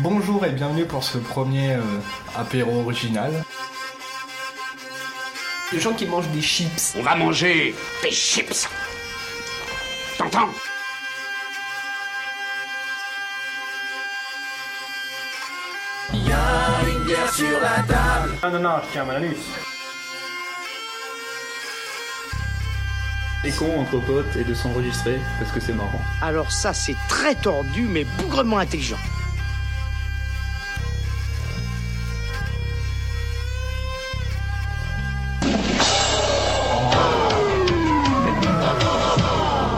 Bonjour et bienvenue pour ce premier euh, apéro original. Les gens qui mangent des chips. On va manger des chips. T'entends Non, non, non, je tiens mon anus. C'est con entre potes et de s'enregistrer parce que c'est marrant. Alors ça, c'est très tordu, mais bougrement intelligent.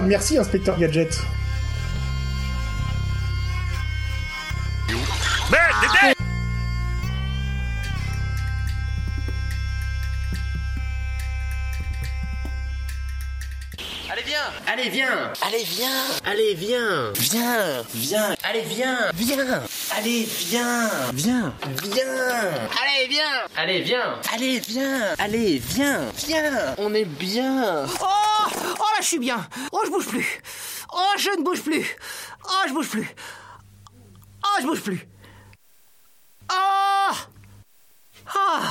Merci, inspecteur Gadget. Allez, viens Allez, viens Allez, viens Viens Viens Allez, viens Viens Allez, viens Viens Viens Allez, viens Allez, viens Allez, viens Allez, viens Viens On est bien Oh Oh là, je suis bien Oh, je bouge plus Oh, je ne bouge plus Oh, je bouge plus Oh, je bouge plus Oh Ah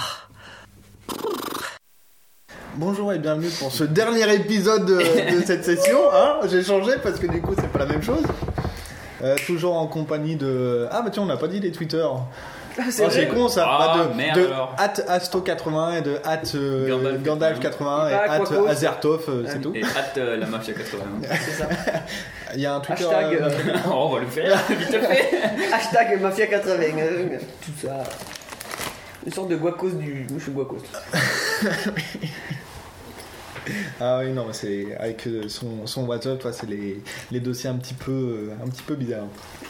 Bonjour et bienvenue pour ce dernier épisode euh, de, de cette session. Hein J'ai changé parce que du coup, c'est pas la même chose. Euh, toujours en compagnie de. Ah, bah tiens, on n'a pas dit les Twitter. C'est c'est con ça. Ah, Bah, de, merde de alors. Asto81 et de at, euh, Gandalf Gandalf81 et Ah, at Quacos. Azertov, euh, c'est tout. Et hâte euh, la mafia 81. Il y a un Twitter. Hashtag, euh, euh, Oh, on va le faire vite fait. hashtag Mafia 80, euh, tout ça. Une sorte de guacos du. Je suis guacos. Ah oui, non, mais c'est avec euh, son, son WhatsApp, toi, c'est les, les dossiers un petit peu, euh, un petit peu bizarres.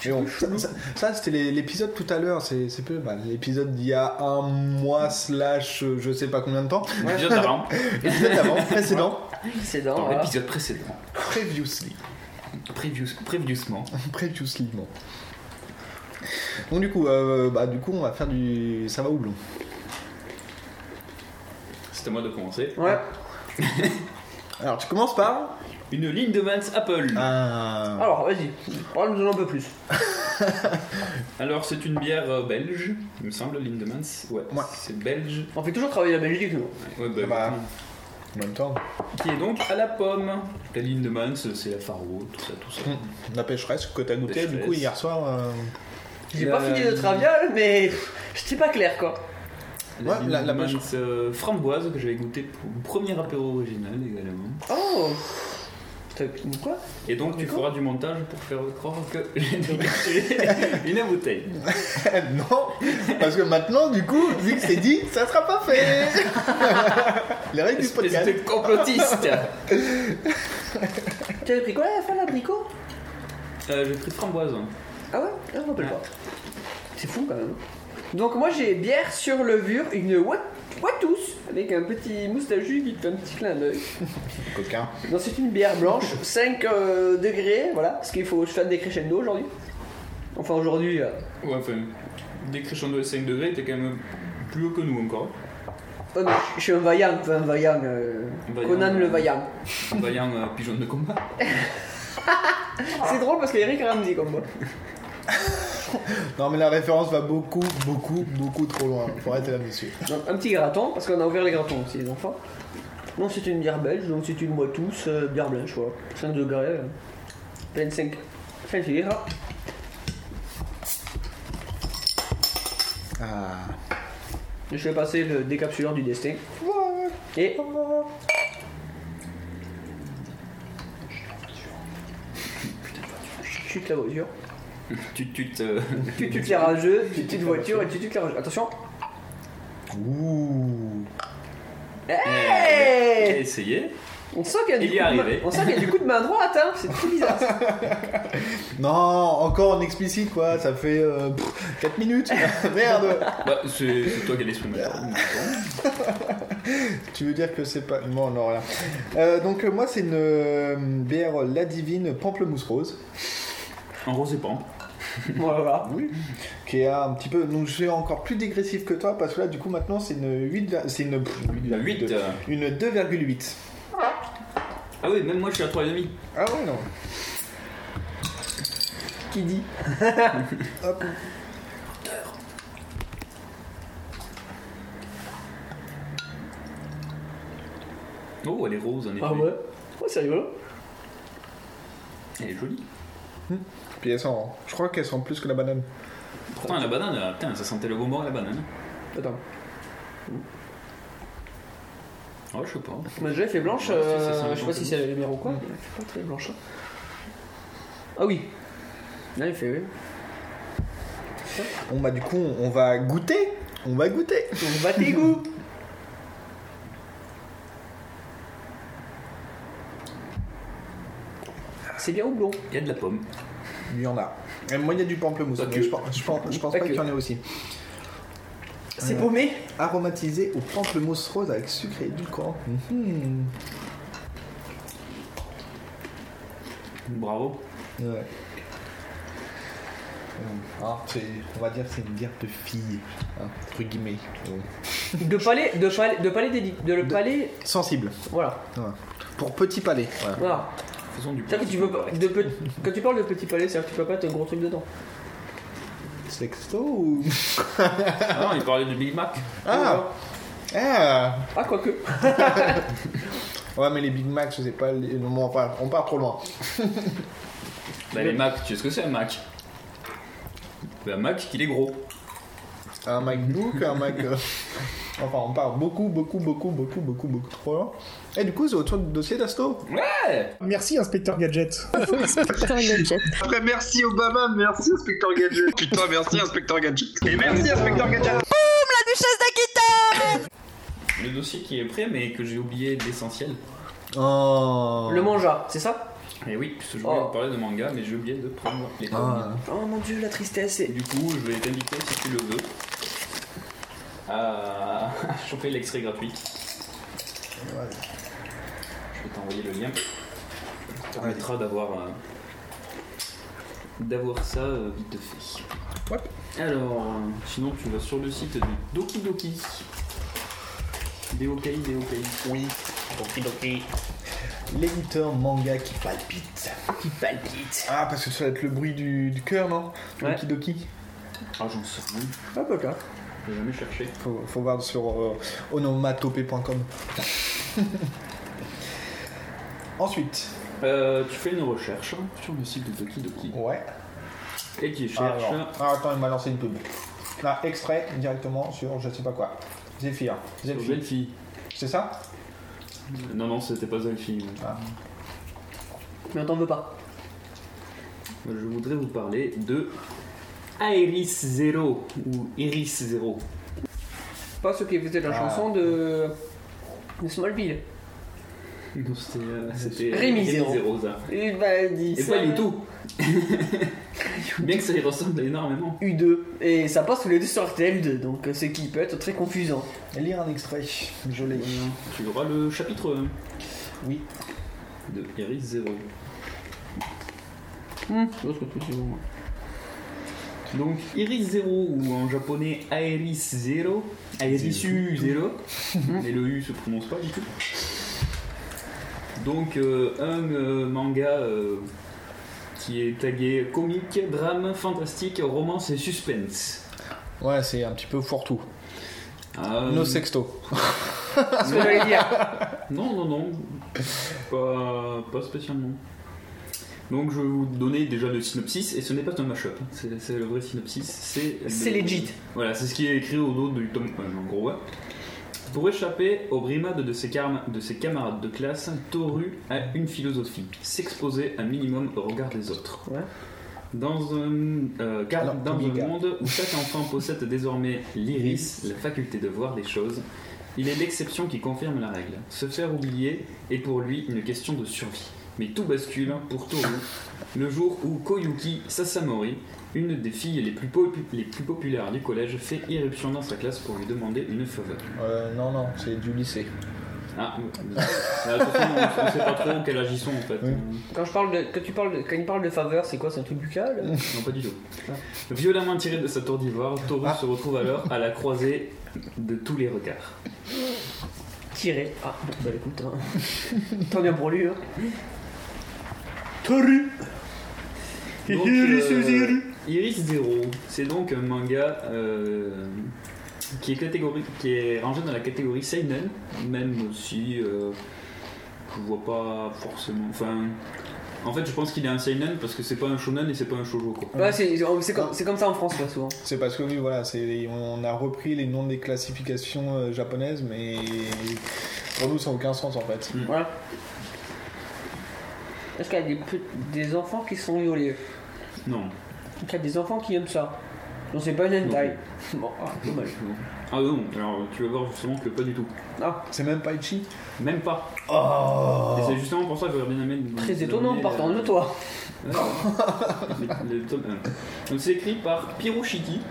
Mais bon, ça, ça- ça, c'était les- l'épisode tout à l'heure, c'est c'est peu bah, l'épisode d'il y a un mois, slash euh, je sais pas combien de temps, L'épisode d'avant. l'épisode d'avant, précédent, C'est Dans dans. voilà. l'épisode précédent. previously. Previous, previously. Previously, bon. Donc, du coup, euh, bah, du coup, on va faire du. Ça va houblon. C'est à moi de commencer. Ouais. Alors, tu commences par. euh, Une ligne de Vance Apple. Ah. un- Alors, vas-y, parle-nous un peu plus. Alors, c'est une bière euh, belge, il me semble, Lindemans. Ouais, Ouais. c'est belge. On fait toujours travailler la Belgique, nous. Ouais, bah, Bah. En même temps, Qui est donc à la pomme. La Lindemans, c'est la Faro, tout ça, tout ça. la pêcheresse que t'as goûté, du Pêcheresse. coup, hier soir. euh, J'ai La- pas fini de traviole, mais. J'étais pas clair, quoi. La Ouais, la- la Lindemans, euh, framboise que j'avais goûté pour le premier apéro original également. Oh T'as quoi Et Ah, donc tu feras du montage pour faire croire que j'ai dégagé une bouteille. non, parce que maintenant, du coup, vu que c'est dit, ça sera pas fait. Les règles du Espèce podcast. de complotiste T'avais pris quoi à la fin, l'abricot euh, J'ai pris framboise. Ah ouais Ah, Je me rappelle pas. C'est fou quand même. Donc moi j'ai bière sur levure, une wat- Watous avec un petit moustachu qui te fait un petit clin d'œil. Coquin. Non, c'est une bière blanche, 5 euh, degrés, voilà, parce qu'il faut que je fasse des crescendo aujourd'hui. Enfin aujourd'hui, euh, Ouais, enfin, des crescendo de 5 degrés, t'es quand même plus haut que nous encore. oh, mais je- je suis un vaillant, enfin un vaillant, euh, Vaillant. Conan le vaillant. En vaillant euh, pigeon de combat. C'est drôle parce qu'Eric Ramsey comme moi. Non, mais la référence va beaucoup, beaucoup, beaucoup trop loin. Faut arrêter là, monsieur. Donc, un petit graton, parce qu'on a ouvert les gratons aussi les enfants. Non, c'est une bière belge, donc c'est une Watous, euh, bière blanche, voilà. 5 degrés, euh, 25, 25 degrés. Ah. Je vais passer le décapsuleur du destin. Et. Tu tutes la voiture. Tu tu te. euh, Tu tutes les rageux, tu tutes voiture et tu tutes les rageux. Attention. Ouh. Hey Eh. J'ai essayé. On sent qu'il y a du Il y est coup de main- arrivé. on sent qu'il y a du coup de main droite, hein. C'est très bizarre. ça. Non, encore en explicite, quoi. Ça fait 4 minutes. Merde. Bah, c'est c'est toi qui as l'esprit malade. Tu veux dire que c'est pas. Bon, non, rien. Euh, donc, euh, moi, c'est une euh, bière La Divine Pamplemousse Rose. En rose et pan. Voilà. Qui est un petit peu. Donc, je suis encore plus dégressif que toi parce que là, du coup, maintenant, c'est une 8. C'est une. pff, La 8. euh. Une 2,8. Ah oui, même moi je suis à 3,5. Ah ouais, non. Qui dit Hop. Oh, elle est rose, en effet. Ah ouais Ouais, c'est rigolo. Elle est jolie. Puis elles sont. Je crois qu'elles sont plus que la banane. Pourtant, la banane, euh, putain, ça sentait le bon mort, la banane. Attends. Oh, je sais pas. On a déjà fait blanche, Ouais, euh, ça, ça sent je sais pas bon. si c'est la lumière ou quoi. Mm. mais Elle fait pas très blanche. hein. Ah oui. Là, elle fait oui. Bon bah du coup on va goûter On va goûter On va tes goûts. C'est bien ou blond Il y a de la pomme. Il y en a. Et moi il y a du pamplemousse. Pas mais que. Je pense, je pense, je pense Pas pas, que. qu'il y en ait aussi. C'est Euh. paumé Aromatisé au pamplemousse rose avec sucre et édulcorant. Mhm. Bravo. Ouais. Euh, alors, c'est- on va dire que c'est une bière de fille, hein, entre guillemets. Donc, De palais, de palais, de palais dédi- de le De- palais, Sensible. voilà. Voilà. Pour petit palais. voilà. voilà. Faisons du C'est-à-dire que tu peux pas, de pe- quand tu parles de petit palais, c'est-à-dire que tu peux pas mettre un gros truc dedans. Sexto ou. Ah, non, il parlait de Big Mac. Ah Ah Ah, quoique. Ouais, mais les Big Mac, je sais pas. les- non, bon, enfin, on part trop loin. Bah, les Mac, tu sais ce que c'est un Mac Bah, un Mac, qu'il est gros. Un MacBook, un Mac. euh, Enfin, on part beaucoup, beaucoup, beaucoup, beaucoup, beaucoup, beaucoup trop loin. Et du coup, c'est autour du dossier d'Asto. Merci, inspecteur Gadget. Putain, une jet. Après, merci Obama, merci Inspecteur Gadget. Putain, merci Inspecteur Gadget. Et merci Inspecteur Gadget. La duchesse d'Aquitaine Le dossier qui est prêt, mais que j'ai oublié l'essentiel. Oh Le mangea, c'est ça Et oui, parce que je voulais Oh. vous parler de manga, mais j'ai oublié de prendre les Ah. comics. Oh mon dieu, la tristesse. Et du coup, je vais t'inviter, si tu le veux, à à choper l'extrait gratuit. Je vais t'envoyer le lien. Ça te permettra d'avoir euh, d'avoir ça euh, vite fait. Ouais. Alors, euh, sinon, tu vas sur le site de Doki Doki. Doki Doki. Oui. L'éditeur manga qui palpite. Qui palpite. Ah, parce que ça va être le bruit du, du cœur, non Ouais. Doki Doki. Ah, j'en sais rien. Ah, pas là. J'ai jamais cherché. Faut, faut voir sur euh, onomatopée.com. Ensuite, Euh, tu fais une recherche hein, sur le site de Doki Doki. ouais. Et tu Ah, cherches. Oh. alors. Ah, attends, il m'a lancé une pub. Là, extrait directement sur je sais pas quoi. Zephyr. sur Zephyr. Delphi. C'est ça Non, non, c'était pas Delphi. Mais on t'en veut pas. Je voudrais vous parler de Iris Zero ou Iris Zero. Pas ceux qui faisaient la Ah. chanson de. de Smallville. Non, c'était, euh, c'était Rémi Rémi Zero. Zero, ça. Et bah, dis Et ça. pas du tout. Bien que ça y ressemble énormément. U2. Et ça passe tous les deux sur RTL2, donc euh, ce qui peut être très confusant. Lire un extrait, je l'ai. Tu auras le chapitre 1 Oui. de Iris Zero. Hum, je pense que tout c'est bon. moi. Donc Iris Zero ou en japonais Iris Zero, Iris U Zero, Hmm. mais le U se prononce pas du tout. Donc euh, un euh, manga euh, qui est tagué comique, drame, fantastique, romance et suspense. Ouais, c'est un petit peu fourre-tout. Euh, Nos sexto. C'est ce que j'allais dire. non, non, non, pas, pas spécialement. Donc je vais vous donner déjà le synopsis, et ce n'est pas un mashup, hein. c'est c'est le vrai synopsis, c'est... C'est le- legit. Voilà, c'est ce qui est écrit au dos du tome 1, en gros. ouais. Pour échapper aux brimades de ses, carmes- de ses camarades de classe, Toru a une philosophie s'exposer un minimum au regard des autres. Ouais. Dans un, euh, car- Alors, dans un Omega. monde où chaque enfant possède désormais l'iris, la faculté de voir les choses, il est l'exception qui confirme la règle. Se faire oublier est pour lui une question de survie. Mais tout bascule pour Toru le jour où Koyuki Sasamori, une des filles les plus, popu- les plus populaires du collège, fait irruption dans sa classe pour lui demander une faveur. Euh, non, non, c'est du lycée. Ah, euh, euh, de toute façon, on ne sait pas trop quel âge ils sont en fait. Oui. Quand, je parle de, quand, tu parles de, quand il parle de faveur, c'est quoi C'est un truc buccal Non, pas du tout. Violemment tiré de sa tour d'ivoire, Toru se retrouve alors à la croisée de tous les regards. Tiré. Ah, bah écoute, hein. tant bien pour lui. Hein. Toru Donc, Iris euh, Zero. Iris Zero, c'est donc un manga euh, qui, est catégorie, qui est rangé dans la catégorie Seinen, même si euh, je vois pas forcément. Enfin. En fait, je pense qu'il est un seinen parce que c'est pas un shonen et c'est pas un shoujo quoi. Ouais, c'est c'est comme, c'est comme ça en France, quoi, souvent. C'est parce que oui, voilà, c'est- on a repris les noms des classifications euh, japonaises, mais pour nous, ça n'a aucun sens en fait. Mm. Voilà. Est-ce qu'il y a des, pe- des enfants qui sont violés Non. Il y a des enfants qui aiment ça. Non, c'est pas une hentai. Bon, ah, dommage. Ah non, alors tu vas voir justement que pas du tout. Ah, c'est même pas Ichi Même pas. Oh. Et c'est justement pour ça que j'aurais bien aimé. de- Très de- étonnant, de- partant de toi. Ouais. Le- le tome un. Donc c'est écrit par Piroshiki,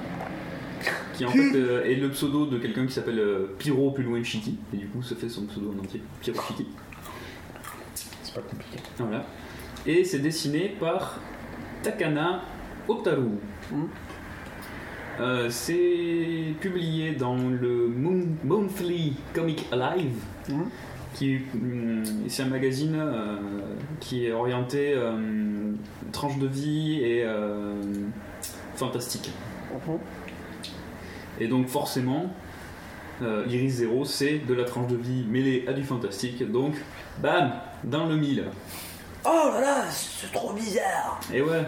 qui en fait euh, est le pseudo de quelqu'un qui s'appelle euh, Piro plus loin Shiki, et du coup ça fait son pseudo en entier, Piroshiki. C'est pas compliqué. Voilà. Et c'est dessiné par Takana Otaru. Euh, c'est publié dans le Moon- Monthly Comic Alive, qui hum, c'est un magazine euh, qui est orienté euh, tranche de vie et euh, fantastique. Et donc forcément, euh, Iris Zero, c'est de la tranche de vie mêlée à du fantastique. Donc, bam, dans le mille. Oh là là, c'est trop bizarre. Et Eh ouais.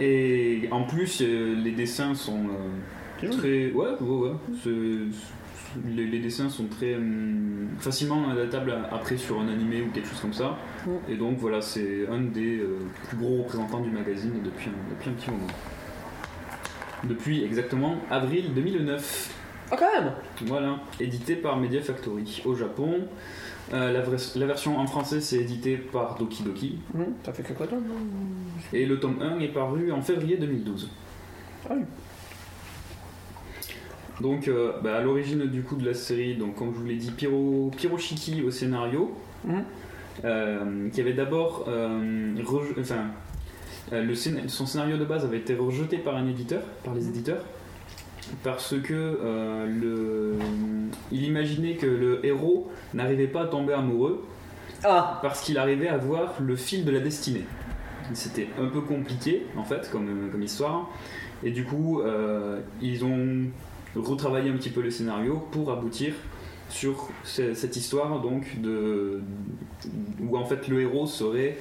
Et en plus, euh, les dessins sont euh, très. Ouais, ouais, ouais. C'est- c'est- Les, les dessins sont très hum, facilement adaptables à- après sur un animé ou quelque chose comme ça. Mm. Et donc voilà, c'est un des euh, plus gros représentants du magazine depuis un, depuis un petit moment. Depuis exactement avril 2009. Ah quand même Voilà, édité par Media Factory au Japon. Euh, la, vers- la version en français c'est édité par Doki Doki. T'as Mhm, fait que quoi toi Et le tome 1 est paru en février 2012. Ah oui. Donc, euh, bah, à l'origine du coup de la série, donc comme je vous l'ai dit, Piro, Piroshiki au scénario, Mhm. euh, qui avait d'abord, euh, reje- enfin, euh, le scén- son scénario de base avait été rejeté par un éditeur, par les éditeurs, parce que euh, le, il imaginait que le héros n'arrivait pas à tomber amoureux, Ah, parce qu'il arrivait à voir le fil de la destinée. C'était un peu compliqué en fait comme, comme histoire. Et du coup, euh, ils ont retravaillé un petit peu le scénario pour aboutir sur ce- cette histoire donc de où en fait le héros serait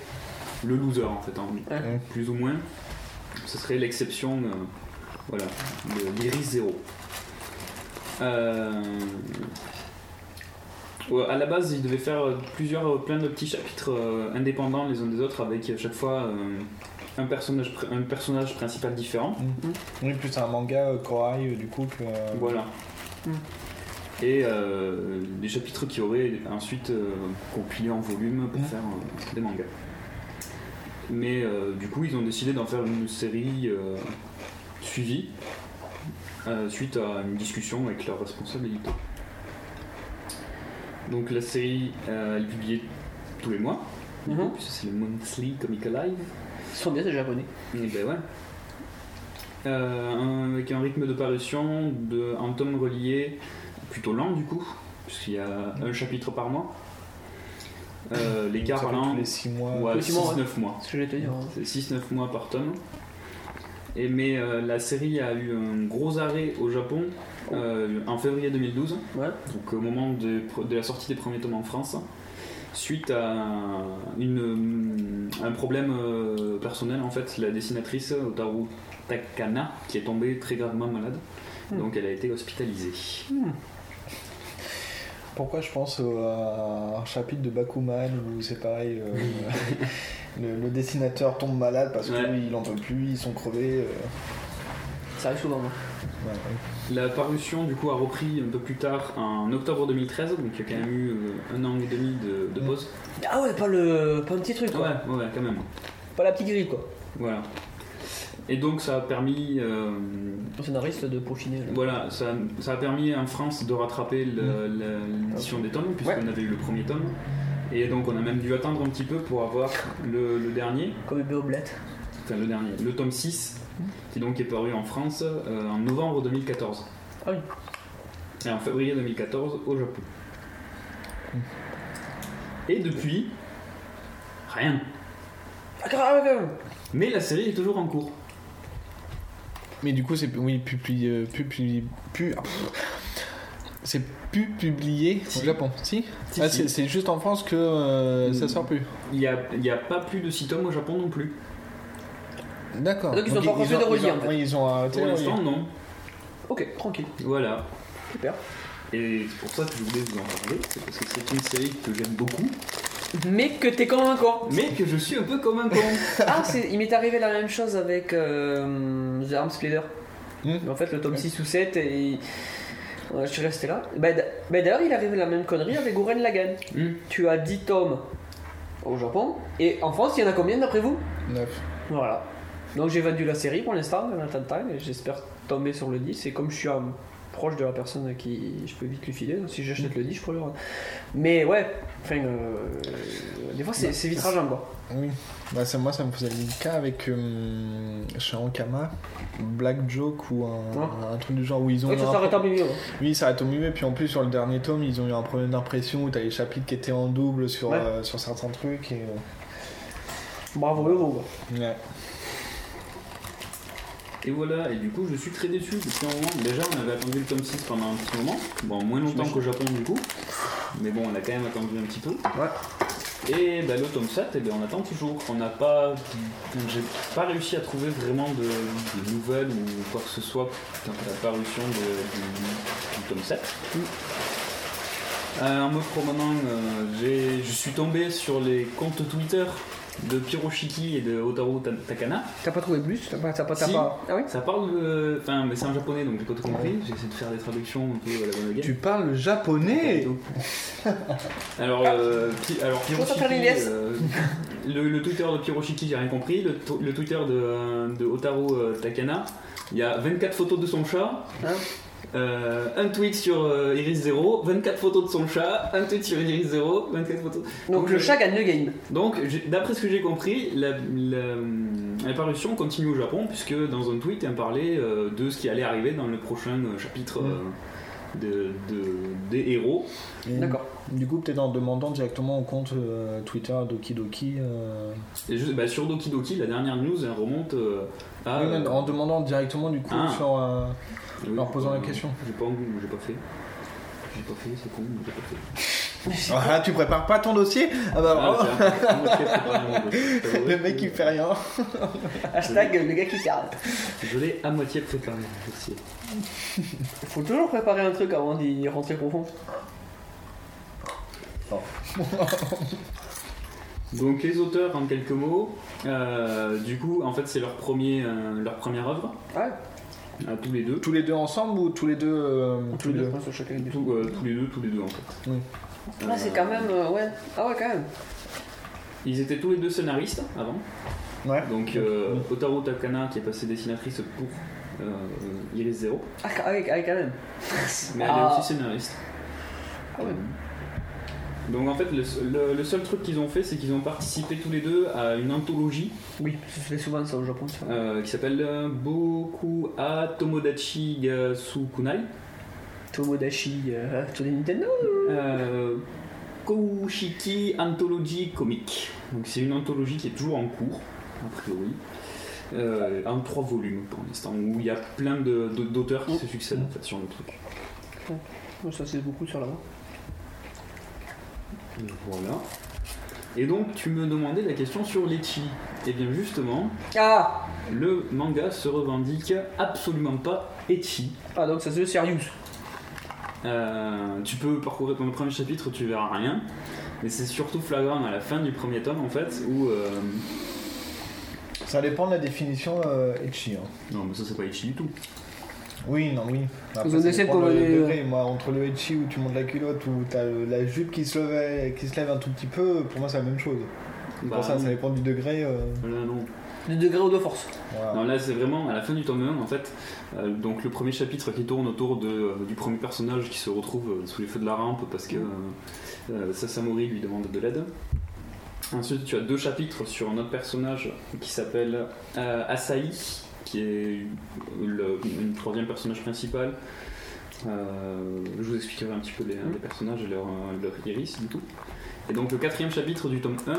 le loser en fait, hein, Ouais. plus ou moins. Ce serait l'exception, euh, voilà, de l'iris zéro. Euh, Ouais, Euh, à la base, ils devaient faire euh, plusieurs, euh, plein de petits chapitres euh, indépendants les uns des autres, avec à chaque fois euh, un personnage, pr- un personnage principal différent. Oui, plus c'est un manga euh, Korai euh, du coup que. euh, Voilà. Et euh, des chapitres qui auraient ensuite euh, compilé en volume pour faire euh, des mangas. Mais euh, du coup, ils ont décidé d'en faire une série euh, suivie euh, suite à une discussion avec leur responsable édito. Donc la série, euh, elle est publiée tous les mois, du coup, puisque c'est le Monthly Comic Alive. Ils sont bien ces japonais. Et ben ouais. Euh, un- avec un rythme de parution de un tome relié plutôt lent du coup, puisqu'il y a un chapitre par mois. Euh, L'écart Ça fait allant tous les six mois. Ouais, Tous les six mois, 6-9 ouais. mois. Ce que j'allais te dire, hein. C'est 6-9 mois par tome. Et mais euh, la série a eu un gros arrêt au Japon euh, en février 2012, donc au moment de, de la sortie des premiers tomes en France, suite à une, euh, un problème euh, personnel en fait, la dessinatrice Otaru Takana qui est tombée très gravement malade, Hmm. donc elle a été hospitalisée. Pourquoi je pense euh, à un chapitre de Bakuman où c'est pareil, euh, le, le dessinateur tombe malade parce qu'il en peut plus, ils sont crevés. euh, Ça arrive souvent. La parution du coup a repris un peu plus tard en octobre 2013, donc il y a quand même eu euh, un an et demi de, de pause. Ah ouais, pas le pas un petit truc quoi. Ouais, ouais, quand même. Pas la petite grille quoi. Voilà. Et donc ça a permis. euh, Le scénariste de Pochiner. voilà, ça, ça a permis en France de rattraper le- Mm. la- l'édition des tomes, puisqu'on avait eu le premier tome. Et donc on a même dû attendre un petit peu pour avoir le, le dernier. Comme bébé oblette. Enfin, le dernier, le tome 6, qui donc est paru en France euh, en novembre 2014. Ah oui. Et en février 2014 au Japon. Et depuis, rien. Ah, grave, grave. Mais la série est toujours en cours. euh, Mais du coup, c'est oui, publié, publié, pu- ah, pff. c'est plus publié au Japon. Si, Si, Ah, si. c'est- C'est juste en France que euh, ça sort plus. Il n'y a, il y a pas plus de 6 tomes au Japon non plus. D'accord. Donc, ils sont pas ont- encore fait ont- de relier, ont- en fait. oui, ils ont arrêté. Pour oui. l'instant, non. Ok, tranquille. Voilà. Super. Et c'est pour ça que je voulais vous en parler, c'est parce que c'est une série que j'aime beaucoup, Mais que t'es convaincant. mais que je suis un peu convaincant. Ah, c'est- il m'est arrivé la même chose avec euh, The Arms Leader. En fait, le tome 6 ou 7, et Ouais, je suis resté là. Bah, d- bah, D'ailleurs, il est arrivé la même connerie avec Gurren Lagann. Mm. Tu as 10 tomes au Japon, et en France, il y en a combien d'après vous Neuf. Voilà. Donc j'ai vendu la série pour l'instant, en attendant, et j'espère tomber sur le 10. Et comme je suis euh, proche de la personne à qui je peux vite lui filer, donc si j'achète le 10, je peux le rendre. Mais ouais, enfin, euh, des fois c'est c'est vite rageant quoi. Oui. Bah, ça, moi, ça me faisait le cas avec euh, chez Ankama, Black Joke ou un, Hein Ouais. un truc du genre où ils ont. Ouais, ça eu un s'arrête pro- au milieu, ouais. Oui, ça s'arrête au milieu. Puis en plus, sur le dernier tome, ils ont eu un problème d'impression où t'as les chapitres qui étaient en double sur, Ouais. euh, sur certains trucs. Et, Bravo Euro quoi. euh, ouais. Et voilà, et du coup je suis très déçu depuis un moment. Déjà on avait attendu le tome 6 pendant un petit moment, bon moins longtemps qu'au Japon du coup, mais bon on a quand même attendu un petit peu. Ouais. Et bah, le tome 7, eh ben, on attend toujours. On n'a pas. J'ai pas réussi à trouver vraiment de, de nouvelles ou quoi que ce soit quant à la parution de- du, du tome 7. Euh, en me promenant, euh, j'ai- je suis tombé sur les comptes Twitter de Piroshiki et de Otaru Ta- Takana. T'as pas trouvé plus T'as pas, t'as pas, t'as Si, pas- Ah oui ça parle de. Enfin, mais c'est en japonais donc j'ai pas tout compris. Ouais. J'essaie de faire des traductions un peu à la bonne gueule. Tu parles japonais Alors, euh, Pi- alors Je pense à Piroshiki. faire les liesses. euh, le, le Twitter de Piroshiki, j'ai rien compris. Le, to- le Twitter de, de Otaru euh, Takana, il y a 24 photos de son chat. euh, un tweet sur euh, Iris 0, 24 photos de son chat, un tweet sur Iris 0, 24 photos. Donc, le je- chat gagne le game. donc, j'ai- d'après ce que j'ai compris, la, la- la parution continue au Japon, puisque dans un tweet, elle parlait euh, de ce qui allait arriver dans le prochain euh, chapitre Mm. euh, de, de- des héros. Mm. Et Du coup, peut-être en demandant directement au compte euh, Twitter Doki Doki. euh, Et juste, bah, sur Doki Doki, la dernière news, elle remonte euh, à. oui, même en demandant directement du coup Ah. sur. euh, Oui, en leur posant euh, la question. J'ai pas, j'ai pas fait. J'ai pas fait, c'est con, mais j'ai pas fait. Ah, tu prépares pas ton dossier Ah bah Ah, bravo. c'est un- c'est un- c'est pas vrai. Le mec il fait rien. Hashtag euh, le gars qui garde. Je l'ai à moitié préparé, merci. Faut toujours préparer un truc avant d'y rentrer profond. Donc les auteurs en quelques mots, euh, du coup en fait c'est leur premier euh, leur première œuvre. Ah À Euh, tous les deux. Tous les deux ensemble ou tous les deux euh, tous les deux, sur chacun une Tous, euh, tous les deux, tous les deux en fait. Oui. Ah, c'est quand même. euh, ouais. Ah ouais, quand même. Ils étaient tous les deux scénaristes avant. Ouais. Donc euh, Ah. Otaru Takana qui est passée dessinatrice pour euh, Iris Zero, Ah, ca- ah oui, ah oui, quand même. mais Ah. elle est aussi scénariste. Euh, Ah ouais. Donc en fait le, le- le seul truc qu'ils ont fait c'est qu'ils ont participé tous les deux à une anthologie Oui, je fais souvent ça au Japon. ça. euh, qui s'appelle euh, Boku a Tomodachi Gasukunai. Tomodachi, euh, sur les Nintendo Euh, Koushiki Anthology Comic. Donc c'est une anthologie qui est toujours en cours, a priori. Euh, en trois volumes pour l'instant, où il y a plein de- de- d'auteurs qui se succèdent en fait, sur le truc. Ouais, Ça, c'est beaucoup sur la main. Voilà. Et donc tu me demandais la question sur l'Echi. Et bien justement, Ah le manga se revendique absolument pas Echi. Ah, donc ça, c'est sérieux. Euh, tu peux parcourir dans le premier chapitre, tu verras rien. Mais c'est surtout flagrant à la fin du premier tome en fait, où euh, Ça dépend de la définition euh, etchi. hein. Non, mais ça, c'est pas Ichi du tout. Oui, non, oui. Après, Ils ça ont essayé de dépend convoler, le degré. Moi, entre le etchi où tu montes la culotte ou t'as le- la jupe qui se, levait- qui se lève un tout petit peu, pour moi c'est la même chose. C'est Bah, pour ça, non. ça dépend du degré. euh, Là, non. De degré ou de force. voilà. Non, là, c'est vraiment à la fin du tome 1, en fait. euh, donc, le premier chapitre qui tourne autour de, euh, du premier personnage qui se retrouve euh, sous les feux de la rampe parce que euh, euh, Sasamori lui demande de l'aide. Ensuite, tu as deux chapitres sur un autre personnage qui s'appelle euh, Asahi, qui est le, une troisième personnage principal. Euh, je vous expliquerai un petit peu les, les personnages et leur, euh, leur iris, du coup. Et donc, le quatrième chapitre du tome 1,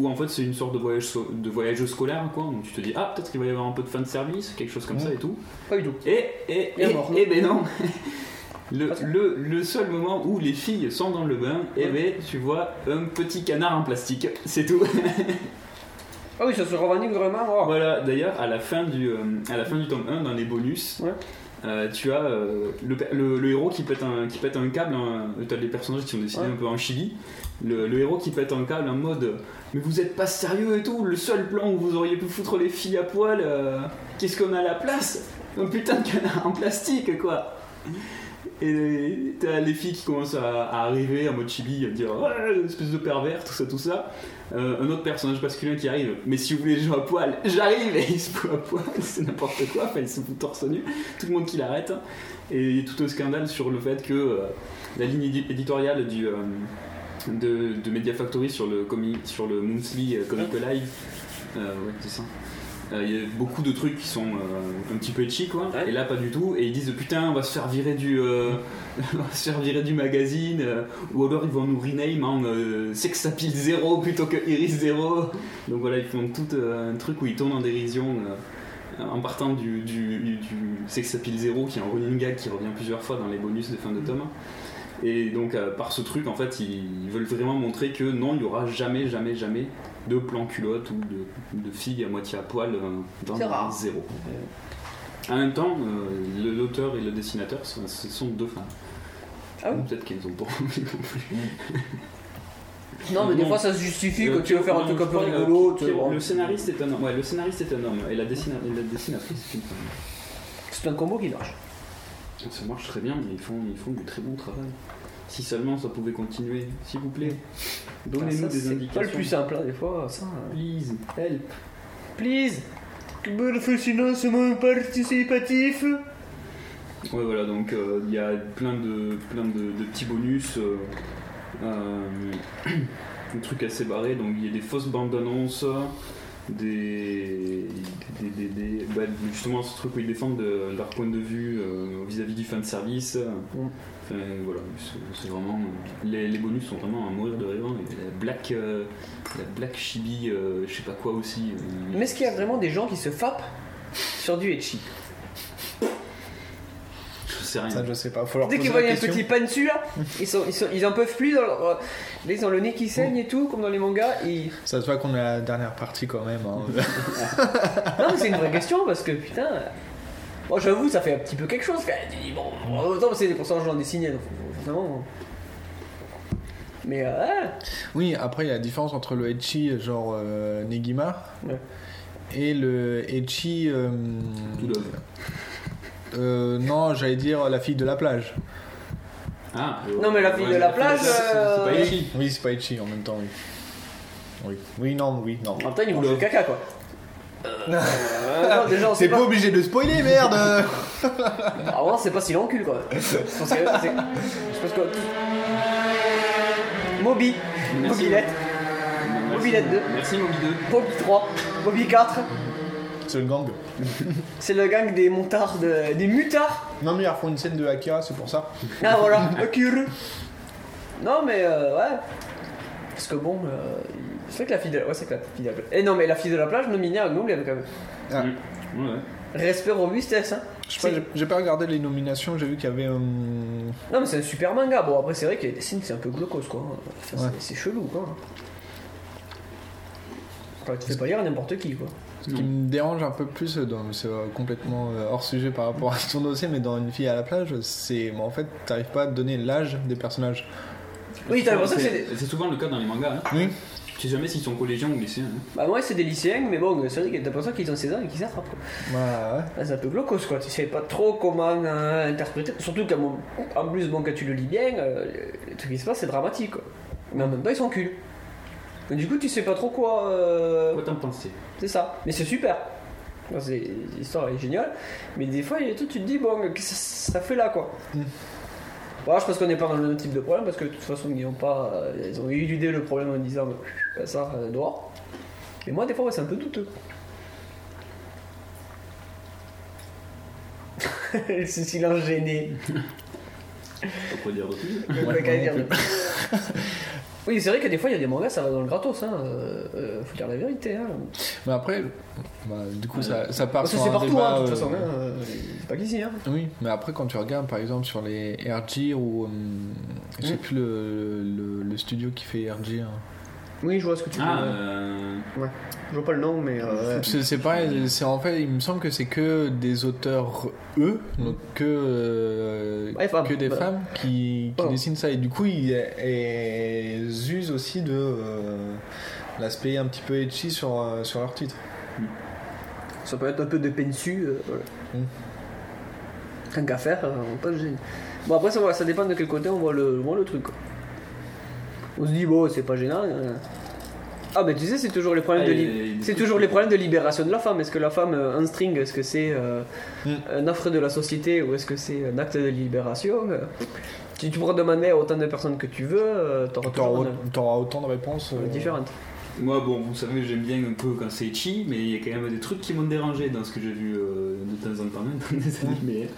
où en fait c'est une sorte de voyage, so- de voyage scolaire, quoi. Donc tu te dis, ah, peut-être qu'il va y avoir un peu de fan service, quelque chose comme ça et tout. Pas du tout. Et, et, et, Et alors et ben non Le, le, le seul moment où les filles sont dans le bain, et ben tu vois un petit canard en plastique, c'est tout. Ah oui, ça se revendique vraiment. oh. Voilà, d'ailleurs, à la fin du euh, à la fin du tome 1, dans les bonus, euh, tu as euh, le, pe- le- le héros qui pète un qui pète un câble. hein, T'as les personnages qui sont dessinés Ouais. un peu en chili. Le, le héros qui pète un câble en mode mais vous êtes pas sérieux et tout. Le seul plan où vous auriez pu foutre les filles à poil, euh, qu'est-ce qu'on a à la place Un putain de canard en plastique quoi. Et t'as les filles qui commencent à, à arriver en mode chibi, à dire Ouais, espèce de pervers, tout ça, tout ça. Euh, un autre personnage masculin qui arrive, mais si vous voulez, je joue à poil, j'arrive et il se fout à poil, c'est n'importe quoi, enfin, il se fout torse nu, tout le monde qui l'arrête. Et il y a tout un scandale sur le fait que euh, la ligne édi- éditoriale du. euh, de, de Media Factory sur le, comi- sur le Monthly euh, Comic Live. ouais, c'est ça. Euh, Il y a beaucoup de trucs qui sont euh, un petit peu cheap quoi, et là pas du tout, et ils disent putain on va se faire virer du, euh, on va se faire virer du magazine, euh, ou alors ils vont nous rename en euh, Sex Appeal 0 plutôt que Iris 0. Donc voilà, ils font tout euh, un truc où ils tournent en dérision euh, en partant du, du, du Sex Appeal 0 qui est un running gag qui revient plusieurs fois dans les bonus de fin de tome. Et donc euh, par ce truc, en fait, ils, ils veulent vraiment montrer que non, il n'y aura jamais, jamais, jamais de plan culotte ou de, de filles à moitié à poil euh, dans C'est rare. le zéro. En même temps, euh, le- l'auteur et le dessinateur, sont- ce sont deux femmes. Ah Ou Peut-être qu'elles ont pas envie non plus. Non, mais des fois, ça se justifie, quand tu veux faire un non, truc je un peu parle, euh, rigolo, qui- tu hein. sais, qui- bon. Le scénariste est un homme, ouais, le scénariste est un homme, et la, dessina- et la dessinatrice est une femme. C'est un combo qui marche. Ça marche très bien, mais ils font, ils font du très bon travail. Si seulement ça pouvait continuer, s'il vous plaît. Donnez-nous Ah, ça, des c'est indications. pas le plus simple, hein, des fois, ça. Please, help. Please. financement participatif. Ouais, voilà, donc euh, il y a plein de, plein de, de petits bonus, euh, euh, des trucs assez barrés. Donc il y a des fausses bandes annonces, des, des, des- des- bah, justement ce truc où ils défendent euh, leur point de vue euh, vis-à-vis du fan service. Enfin, voilà, c'est c'est vraiment. Les, les bonus sont vraiment à mourir de rire. hein. Et La black, euh, la black chibi, euh, je sais pas quoi aussi. euh, Mais est-ce qu'il y a vraiment des gens qui se fappent sur du etchi je sais rien. Ça, je sais pas. Faut leur Dès poser qu'ils la voient un question. petit pan dessus là, ils, sont, ils, sont- ils en peuvent plus. Dans leur- euh, là, ils ont le nez qui saigne et tout, comme dans les mangas. Et... Ça se voit qu'on est à la dernière partie quand même. hein. Non, mais c'est une vraie question parce que putain. euh, Moi j'avoue, ça fait un petit peu quelque chose. quand même. Tu dis, bon, en même temps, c'est des personnages j'en ai signé donc forcément. Mais euh, ouais. Oui, après, il y a la différence entre le Echi, genre euh, Negima, et le Echi. euh, euh, non, j'allais dire la fille de la plage. Ah, Non, mais la fille de la plage, euh, c'est pas Echi. Oui, c'est pas Echi en même temps, oui. Oui, oui non, oui, non. En même temps, ils mangent le caca quoi. Euh, non, déjà, on sait T'es pas pas. obligé de spoiler, merde Ah ouais, c'est pas si l'encule quoi. Je pense que c'est. Je pense que. Moby. Merci. Mobilette. Mobilette 2. Merci Moby 2. Moby 3. Moby 4. C'est le gang. C'est le gang des montards, de- des mutards. Non, mais ils refont une scène de Akira, c'est pour ça. Ah voilà, Akira. Non mais euh, ouais. Parce que bon, euh, c'est vrai que la fille de la... Ouais, c'est que la fille de la plage. Eh non mais la fille de la plage, nominée à Gnome, elle avait quand même. Respect robustesse, hein. Je sais pas, j'ai- j'ai pas regardé les nominations, j'ai vu qu'il y avait. euh, Non mais c'est un super manga. Bon après c'est vrai que les dessins c'est un peu glaucose quoi. Enfin, c'est- Ouais. C'est chelou quoi. Enfin, tu fais pas lire à n'importe qui quoi. Ce qui me dérange un peu plus, dans- c'est euh, complètement euh, hors sujet par rapport à ton dossier, mais dans Une fille à la plage, c'est. bon, en fait, t'arrives pas à donner l'âge des personnages. Oui, t'as l'impression que c'est c'est c'est souvent le cas dans les mangas. Hein. Oui. Tu sais jamais s'ils sont collégiens ou lycéens. hein. Bah ouais c'est des lycéens mais bon c'est vrai que t'as l'impression qu'ils ont 16 ans et qu'ils s'attrapent quoi. Bah Ah, c'est un peu glaucose quoi, tu sais pas trop comment euh, interpréter. Surtout qu'en mon- en plus, bon, quand tu le lis bien, euh, le- le truc qui se passe c'est dramatique quoi. Mais en même temps, ils sont cul. Mais du coup, tu sais pas trop quoi. euh, Quoi t'en penser C'est ça. Mais c'est super. Enfin, c'est- L'histoire est géniale. Mais des fois, il y a tout, tu te dis, bon, qu'est-ce que ça, ça fait là quoi Voilà, je pense qu'on n'est pas dans le même type de problème parce que de toute façon, ils ont pas. euh, Ils ont éludé le problème en disant, bah, ça, euh, dehors. Mais moi, des fois, ouais, c'est un peu douteux. Ce silence gêné. Faut pas dire de plus. Il y a pas qu'à dire de plus. Oui, c'est vrai que des fois, il y a des mangas, ça va dans le gratos. Hein. euh, euh, faut dire la vérité. Hein. Mais après, bah, du coup, ça, ça part Parce que sur c'est un partout, débat, hein, de toute euh, façon, hein, euh, c'est pas qu'ici. Hein. Oui, mais après, quand tu regardes par exemple sur les RG ou. hum, je sais Mm. plus le, le, le studio qui fait RG. hein. Oui, je vois ce que tu veux. Ah, Euh, Ouais. Je vois pas le nom, mais. euh, C'est c'est pareil, c'est en fait, il me semble que c'est que des auteurs eux, donc que, euh, Ouais, femmes, que des voilà. Oh. femmes qui, qui Voilà. dessinent ça. Et du coup, ils, elles usent aussi de euh, l'aspect un petit peu edgy sur, euh, sur leur titre. Ça peut être un peu de pensu. euh, voilà. Rien qu'à faire, euh, on passe génial. Bon, après, ça, voilà, ça dépend de quel côté on voit le, on voit le truc. quoi. On se dit, bon, c'est pas gênant. euh. Ah, mais tu sais, c'est toujours les problèmes, Ah, de, il y a- li- il y a des c'est trucs toujours les problèmes de libération de la femme. Est-ce que la femme, euh, un string, est-ce que c'est euh, un affreux de la société ou est-ce que c'est un acte de libération euh, tu, tu pourras demander à autant de personnes que tu veux, euh, t'auras toujours T'auras- une- T'auras autant de réponses euh, différentes. Moi, bon, vous savez, j'aime bien un peu quand c'est chi, mais il y a quand même des trucs qui m'ont dérangé dans ce que j'ai vu euh, de temps en temps même dans des animés.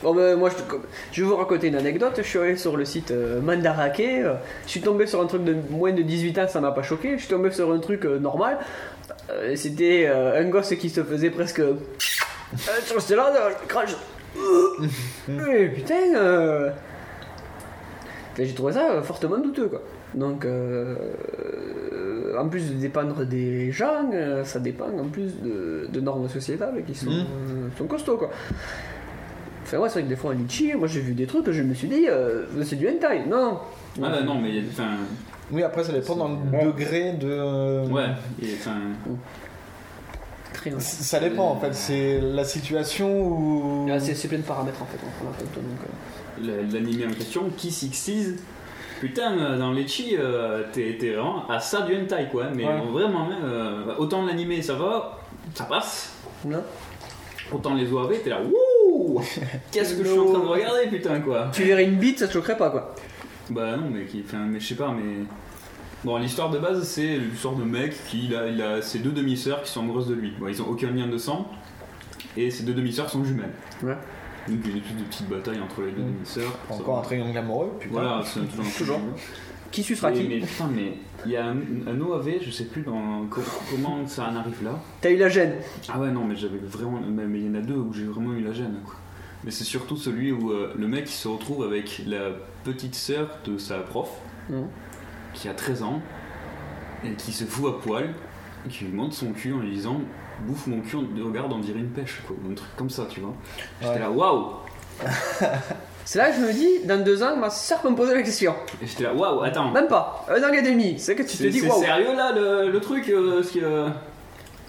Bon ben, moi je, te- je vais vous raconter une anecdote, je suis allé sur le site euh, Mandarake, euh, je suis tombé sur un truc de moins de 18 ans, ça m'a pas choqué, je suis tombé sur un truc euh, normal, Euh, c'était euh, un gosse qui se faisait presque... Euh, sur ce là, euh, je crache. Mais putain euh, Enfin, j'ai trouvé ça euh, fortement douteux quoi. Donc euh, euh, en plus de dépendre des gens, euh, ça dépend en plus de, de normes sociétales qui sont, euh, sont costauds quoi. Enfin ouais c'est vrai que des fois on dit chier, moi j'ai vu des trucs, je me suis dit euh, c'est du hentai, non Ah bah non, mais il y a. Enfin, Oui, après, ça dépend dans le degré de. ouais, et, enfin. Ah, C- Ça dépend en fait, c'est la situation où. Ah, c'est, plein de paramètres en fait. euh, Le- L'animé en question, Kiss X's, putain, euh, dans l'Echi, euh, t'es t'es vraiment à ça du hentai quoi, mais Ouais. vraiment, hein, euh, autant l'animé ça va, ça passe, Non. autant les OAV, t'es là, wouh, qu'est-ce que je suis en train de regarder, putain quoi. Tu verrais une bite, ça te choquerait pas quoi. Bah non, mais, qui, enfin, mais je sais pas, mais. Bon, l'histoire de base, c'est l'histoire de mec qui il a, il a ses deux demi-sœurs qui sont amoureuses de lui. Bon, ils ont aucun lien de sang, et ses deux demi-sœurs sont jumelles. Ouais. Donc, il y a toutes des petites batailles entre les deux demi-sœurs. Mmh. Encore un triangle amoureux, putain. Voilà, c'est toujours un Toujours. Qui sucera Mais- qui Mais putain, mais il y a un, un OAV, je sais plus dans- co- comment ça en arrive là. T'as eu la gêne Ah ouais, non, mais j'avais vraiment. Mais mais il y en a deux où j'ai vraiment eu la gêne. quoi. Mais c'est surtout celui où euh, le mec il se retrouve avec la petite sœur de sa prof, Mhm. qui a 13 ans, et qui se fout à poil, et qui lui monte son cul en lui disant Bouffe mon cul, on- regarde, on dirait une pêche, quoi. Ou Un truc comme ça, tu vois. J'étais là, waouh C'est là que je me dis, dans deux ans, ma soeur peut me poser la question. Et J'étais là, waouh, attends. Même pas, un an et demi, c'est que tu te C'est dis c'est waouh. sérieux là le, le truc euh, parce que, euh,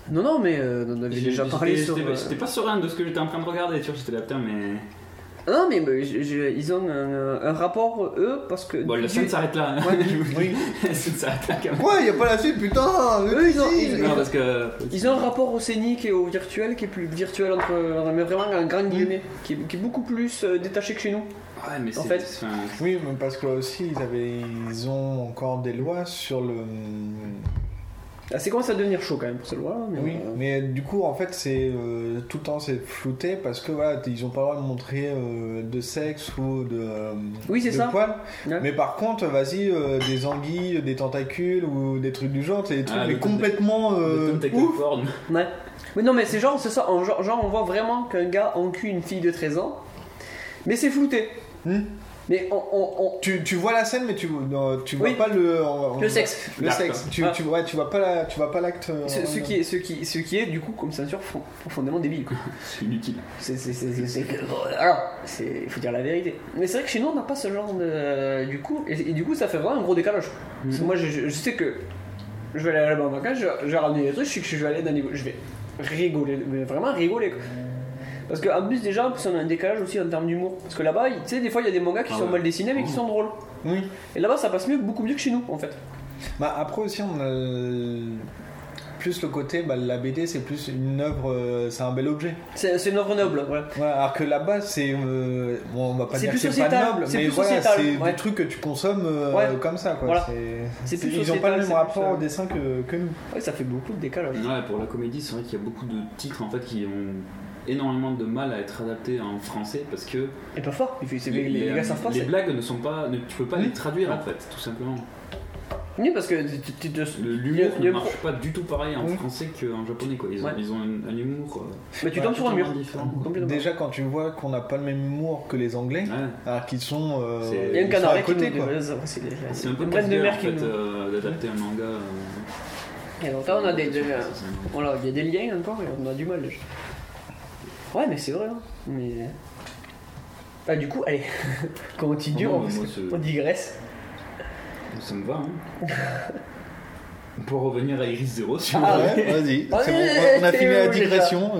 Non, non, mais euh, on en avait J'ai déjà parlé sur. euh, J'étais pas serein de ce que j'étais en train de regarder, tu vois, j'étais là, putain, mais. Ah Non, mais bah, je- je- ils ont un, un rapport, eux, parce que. Bon, la du- scène s'arrête là. hein. Oui. La scène s'arrête là quand même. Quoi, y a pas la suite, putain Eux, ils ont, ils- Non, parce que. ils ont un rapport au scénique et au virtuel qui est plus virtuel, entre, mais vraiment un grand guillemet, qui, est- qui est beaucoup plus euh, détaché que chez nous. Ouais, mais En c'est- fait- c'est- Oui, mais parce que là aussi, ils, avaient, ils ont encore des lois sur le. Ah, c'est commence à devenir chaud quand même pour cette loi. Mais Oui, mais du coup, en fait, c'est euh, tout le temps c'est flouté parce que voilà, t- ils ont pas le droit de montrer euh, de sexe ou de. euh, Oui, c'est de ça. poils. Mais par contre, vas-y, euh, des anguilles, des tentacules ou des trucs du genre, c'est des trucs Ah, mais le- complètement. euh, ouf. Ouais. Mais non, mais c'est genre, c'est ça, en genre, genre, on voit vraiment qu'un gars encule une fille de 13 ans, mais c'est flouté. Hmm. Mais on. on- on- Tu, tu vois la scène, mais tu, non, tu vois Oui. pas le. on- on- Le sexe. Le D'accord. sexe. Tu, Ah. tu, ouais, tu vois pas la- tu vois pas l'acte. euh, Ce, ce en- qui est, ce, qui, ce qui est, du coup, comme censure, fond- profondément débile. quoi. C'est inutile. C'est c'est- c'est- c'est- c'est que. Alors, c'est- il faut dire la vérité. Mais c'est vrai que chez nous, on n'a pas ce genre de. Du coup, et, et du coup, ça fait vraiment un gros décalage. Mhm. Parce que moi, je, je- je sais que je vais aller à la banque en vacances, je, je vais ramener des trucs, je sais que je vais aller dans les. Je vais rigoler, mais vraiment rigoler. quoi. Parce qu'en plus, déjà, en plus, on a un décalage aussi en termes d'humour. Parce que là-bas, il- tu sais, des fois, il y a des mangas qui Ah sont ouais. mal dessinés mais qui sont drôles. Oui. Et là-bas, ça passe mieux, beaucoup mieux que chez nous, en fait. Bah, après aussi, on a le- plus le côté, bah, la BD c'est plus une œuvre, euh, c'est un bel objet. C'est une œuvre noble, hein, voilà. alors que là-bas, c'est. euh, bon, on va pas C'est dire que plus c'est pas sociétal, noble, c'est mais plus voilà, sociétal, c'est ouais. des trucs que tu consommes euh, Ouais. comme ça, quoi. Voilà. C'est- C'est c'est- plus ils ont sociétal, pas le c'est même plus, rapport euh, au dessin que, que nous. Ouais, ça fait beaucoup de décalage. Ouais, pour la comédie, c'est vrai qu'il y a beaucoup de titres en fait qui ont énormément de mal à être adapté en français parce que. Et pas fort, c'est- les- les gars savent français. Les blagues ne sont pas. ne- tu peux pas les traduire en fait, tout simplement. Oui, parce que tu te. L'humour il y ne a- marche pas du tout pareil en Oui. français qu'en japonais quoi. Ils ont, Ouais. ils ont un, un humour. euh, Mais tu ouais, tombes sur un mur. totalement différent. Déjà, quand tu vois qu'on n'a pas le même humour que les Anglais, alors qu'ils sont. euh, C'est- ils Il y a un sont canard à côté, quoi. C'est un peu une une blague de de mer en qui fait, nous- euh, d'adapter un manga. euh, Et donc là, on a des, des- euh, voilà, il y a des liens encore et on a du mal. déjà. Ouais, mais c'est vrai. hein. Mais bah du coup, allez, continue, Non, on, mais parce moi, que- c'est- on digresse. Ça me va. Hein. on peut revenir à Iris Zero si vous Ah voulez. ouais, vas-y, c'est bon, on a fini la digression.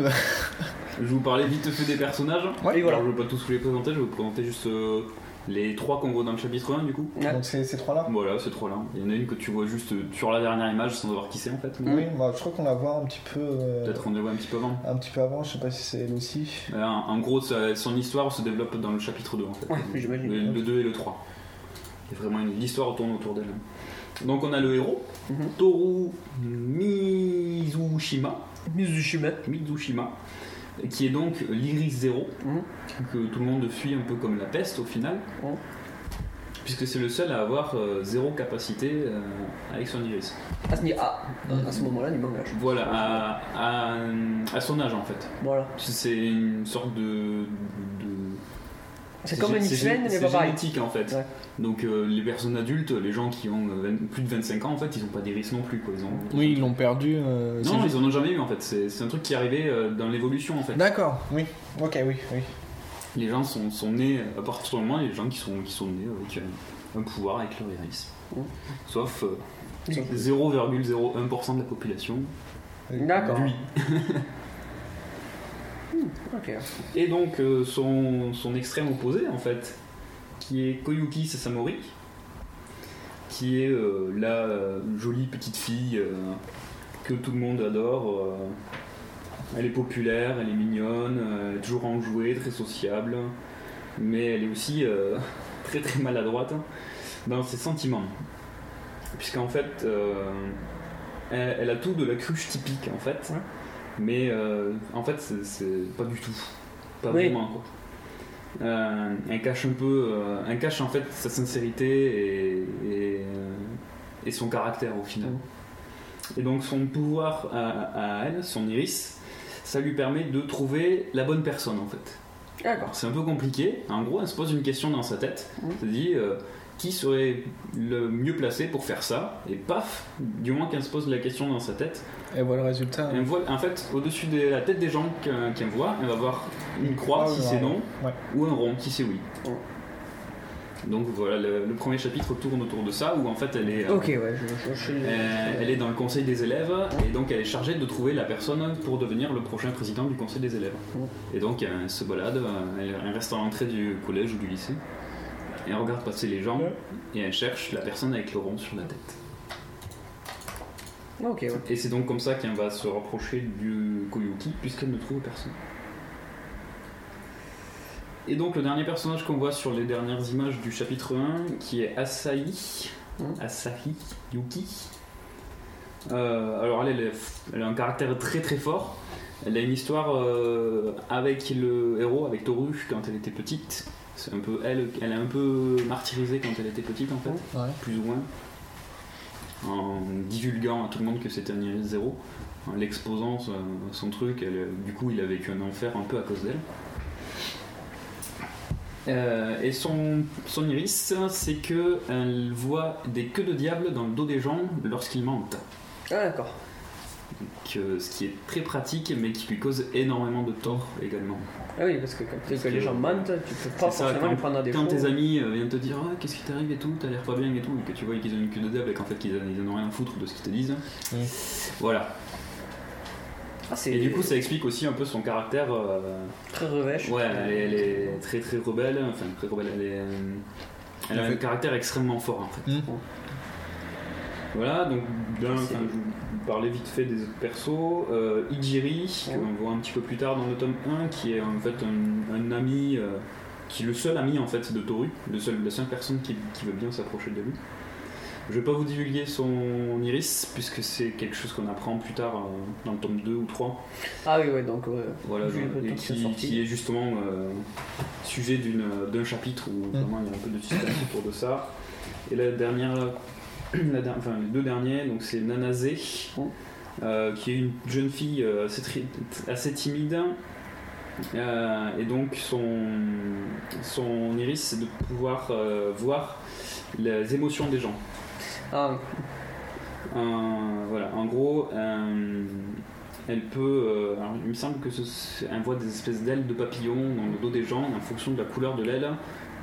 Je vais vous parlais vite fait des personnages. Et voilà. Alors, je vais pas tous vous les présenter, je vais vous présenter juste euh, les trois qu'on voit dans le chapitre 1 du coup. Donc c'est ces trois-là Voilà, ces trois-là. Il y en a une que tu vois juste euh, sur la dernière image sans savoir qui c'est en fait. Mm. Oui, bah, je crois qu'on la voit un petit peu. euh, Peut-être on les voit un petit peu avant. Un petit peu avant, je sais pas si c'est elle aussi. Euh, en gros, ça- son histoire se développe dans le chapitre 2 en fait. Le, le 2 et le 3. Et vraiment, une- l'histoire tourne autour d'elle. Donc on a le héros, Mhm. Toru Mizushima. Mizushima. Mizushima. Qui est donc l'Iris Zéro, Mmh. que tout le monde fuit un peu comme la peste au final, puisque c'est le seul à avoir euh, zéro capacité euh, avec son iris. À ce, ni- ah, à ce moment-là, du manga. je- Voilà, à, à, à son âge en fait. Voilà. C'est une sorte de. de- C'est comme gé- un c'est X-Men, gé- mais c'est pas pareil. génétique en fait. Donc euh, les personnes adultes, les gens qui ont euh, vingt- plus de 25 ans en fait, ils n'ont pas d'iris non plus. Quoi. Ils ont... Oui, ils l'ont perdu. euh, c'est Non, juste- ils en ont jamais eu en fait. C'est c'est un truc qui est arrivé euh, dans l'évolution en fait. D'accord, oui. Ok, oui, oui. Les gens sont, sont nés, euh, à partir du moment, il y a des gens qui sont, qui sont nés avec euh, un pouvoir avec leur iris. Sauf euh, 0,01% de la population. D'accord. Hmm, Lui. Ok. Et donc euh, son, son extrême opposé en fait, qui est Koyuki Sasamori, qui est euh, la euh, jolie petite fille euh, que tout le monde adore. euh. elle est populaire, elle est mignonne, euh, elle est toujours enjouée, très sociable, mais elle est aussi euh, très très maladroite hein, dans ses sentiments. Puisqu'en fait, euh, elle, elle a tout de la cruche typique en fait, hein, mais euh, en fait c'est- c'est pas du tout, pas Oui. vraiment quoi. Euh, elle cache un peu, euh, elle cache en fait sa sincérité et, et, euh, et son caractère au final. Et donc son pouvoir à, à elle, son iris, ça lui permet de trouver la bonne personne en fait. D'accord. C'est un peu compliqué. En gros, elle se pose une question dans sa tête. Elle se dit euh, qui serait le mieux placé pour faire ça Et paf, du moins qu'elle se pose la question dans sa tête, Elle voit le résultat. elle voit, en fait, au-dessus de la tête des gens qu'elle qu'elle voit, elle va voir une croix croix si ou un c'est rond. non, Ah, Ouais. ou un rond si c'est oui. Donc voilà, le, le premier chapitre tourne autour de ça, où en fait elle est, euh, Ok, ouais. Je, je- je- euh, elle est dans le conseil des élèves, et donc elle est chargée de trouver la personne pour devenir le prochain président du conseil des élèves. Et donc elle se balade, euh, elle elle reste à l'entrée du collège ou du lycée, et elle regarde passer les gens, et elle cherche la personne avec le rond sur la tête. Ok, ouais. Et c'est donc comme ça qu'elle va se rapprocher du Koyuki puisqu'elle ne trouve personne. Et donc le dernier personnage qu'on voit sur les dernières images du chapitre 1, qui est Asahi, Asahi Yuki. Euh, alors elle, elle, est- elle a un caractère très très fort. Elle a une histoire euh, avec le héros, avec Toru, quand elle était petite. C'est un peu elle, elle est un peu martyrisée quand elle était petite en fait, plus ou moins en divulguant à tout le monde que c'était un iris zéro, en l'exposant son, son truc, elle, euh, du coup il a vécu un enfer un peu à cause d'elle. Euh, et son, son iris, c'est que elle voit des queues de diable dans le dos des gens lorsqu'ils mentent. Ah d'accord. Donc, euh, ce qui est très pratique, mais qui lui cause énormément de tort également. Ah oui, parce que quand tu sais que les que- gens mentent, tu peux pas C'est ça, forcément quand, les prendre à des quand tes amis euh, viennent te dire Ah, qu'est-ce qui t'arrive et tout, t'as l'air pas bien et tout, et que tu vois qu'ils ont une queue de diable et qu'en fait qu'ils ils en ont rien à foutre de ce qu'ils te disent, voilà. Ah, c'est- et euh, du coup, ça explique aussi un peu son caractère. euh, Très revêche. Ouais, elle est, elle est très très rebelle, enfin très rebelle, elle est. euh, Elle a Le un fait- caractère extrêmement fort en fait. Voilà, donc bien, enfin, je vous parlais vite fait des autres persos. Euh, Ijiri, qu'on voit un petit peu plus tard dans le tome 1, qui est en fait un, un ami, euh, qui est le seul ami en fait de Toru, le seul, la seule personne qui, qui veut bien s'approcher de lui. Je vais pas vous divulguer son iris, puisque c'est quelque chose qu'on apprend plus tard euh, dans le tome 2 ou 3. Ah oui, ouais, donc. ouais. Voilà, Vu donc, le et temps qui, qu'ils sont sortis. qui est justement euh, sujet d'une- d'un chapitre où Hein. vraiment il y a un peu de suspense autour de ça. Et la dernière, la der- enfin les deux derniers, donc c'est Nanazé, Hein. euh, qui est une jeune fille euh, assez, tri- assez timide. Euh, et donc son, son iris, c'est de pouvoir euh, voir les émotions des gens. Ah. Un- voilà, en gros, un- elle peut. euh, alors, il me semble que ce- c'est- elle voit des espèces d'ailes de papillon dans le dos des gens, et en fonction de la couleur de l'aile,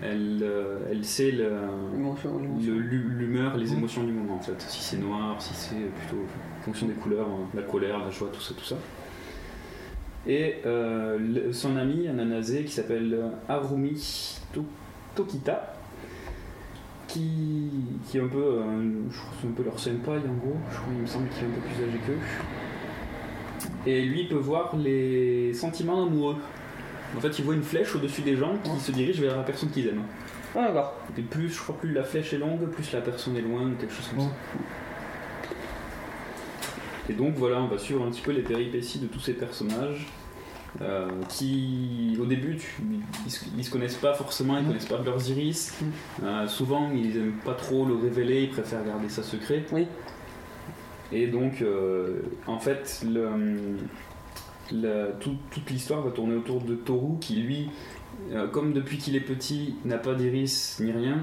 elle, euh, elle sait le- le- l'hu- l'humeur, les émotions du moment en fait. Si c'est noir, si c'est plutôt en fonction des couleurs, hein, la colère, la joie, tout ça, tout ça. Et euh, le- son ami, un anasé qui s'appelle Arumi To- Tokita, qui, qui est un peu, euh, je crois que c'est un peu leur senpai en gros, je crois, il me semble qu'il est un peu plus âgé qu'eux. Et lui peut voir les sentiments amoureux. En fait, il voit une flèche au-dessus des gens qui se dirige vers la personne qu'ils aiment. Ah, d'accord. Et plus, je crois, plus la flèche est longue, plus la personne est loin, ou quelque chose comme ça. Et donc voilà, on va suivre un petit peu les péripéties de tous ces personnages. euh, qui au début tu- ils, se- ils se connaissent pas forcément, ils connaissent pas leurs iris. Euh, souvent ils aiment pas trop le révéler, ils préfèrent garder ça secret. Et donc euh, en fait le, la- tout- toute l'histoire va tourner autour de Toru qui lui, euh, comme depuis qu'il est petit, n'a pas d'iris ni rien.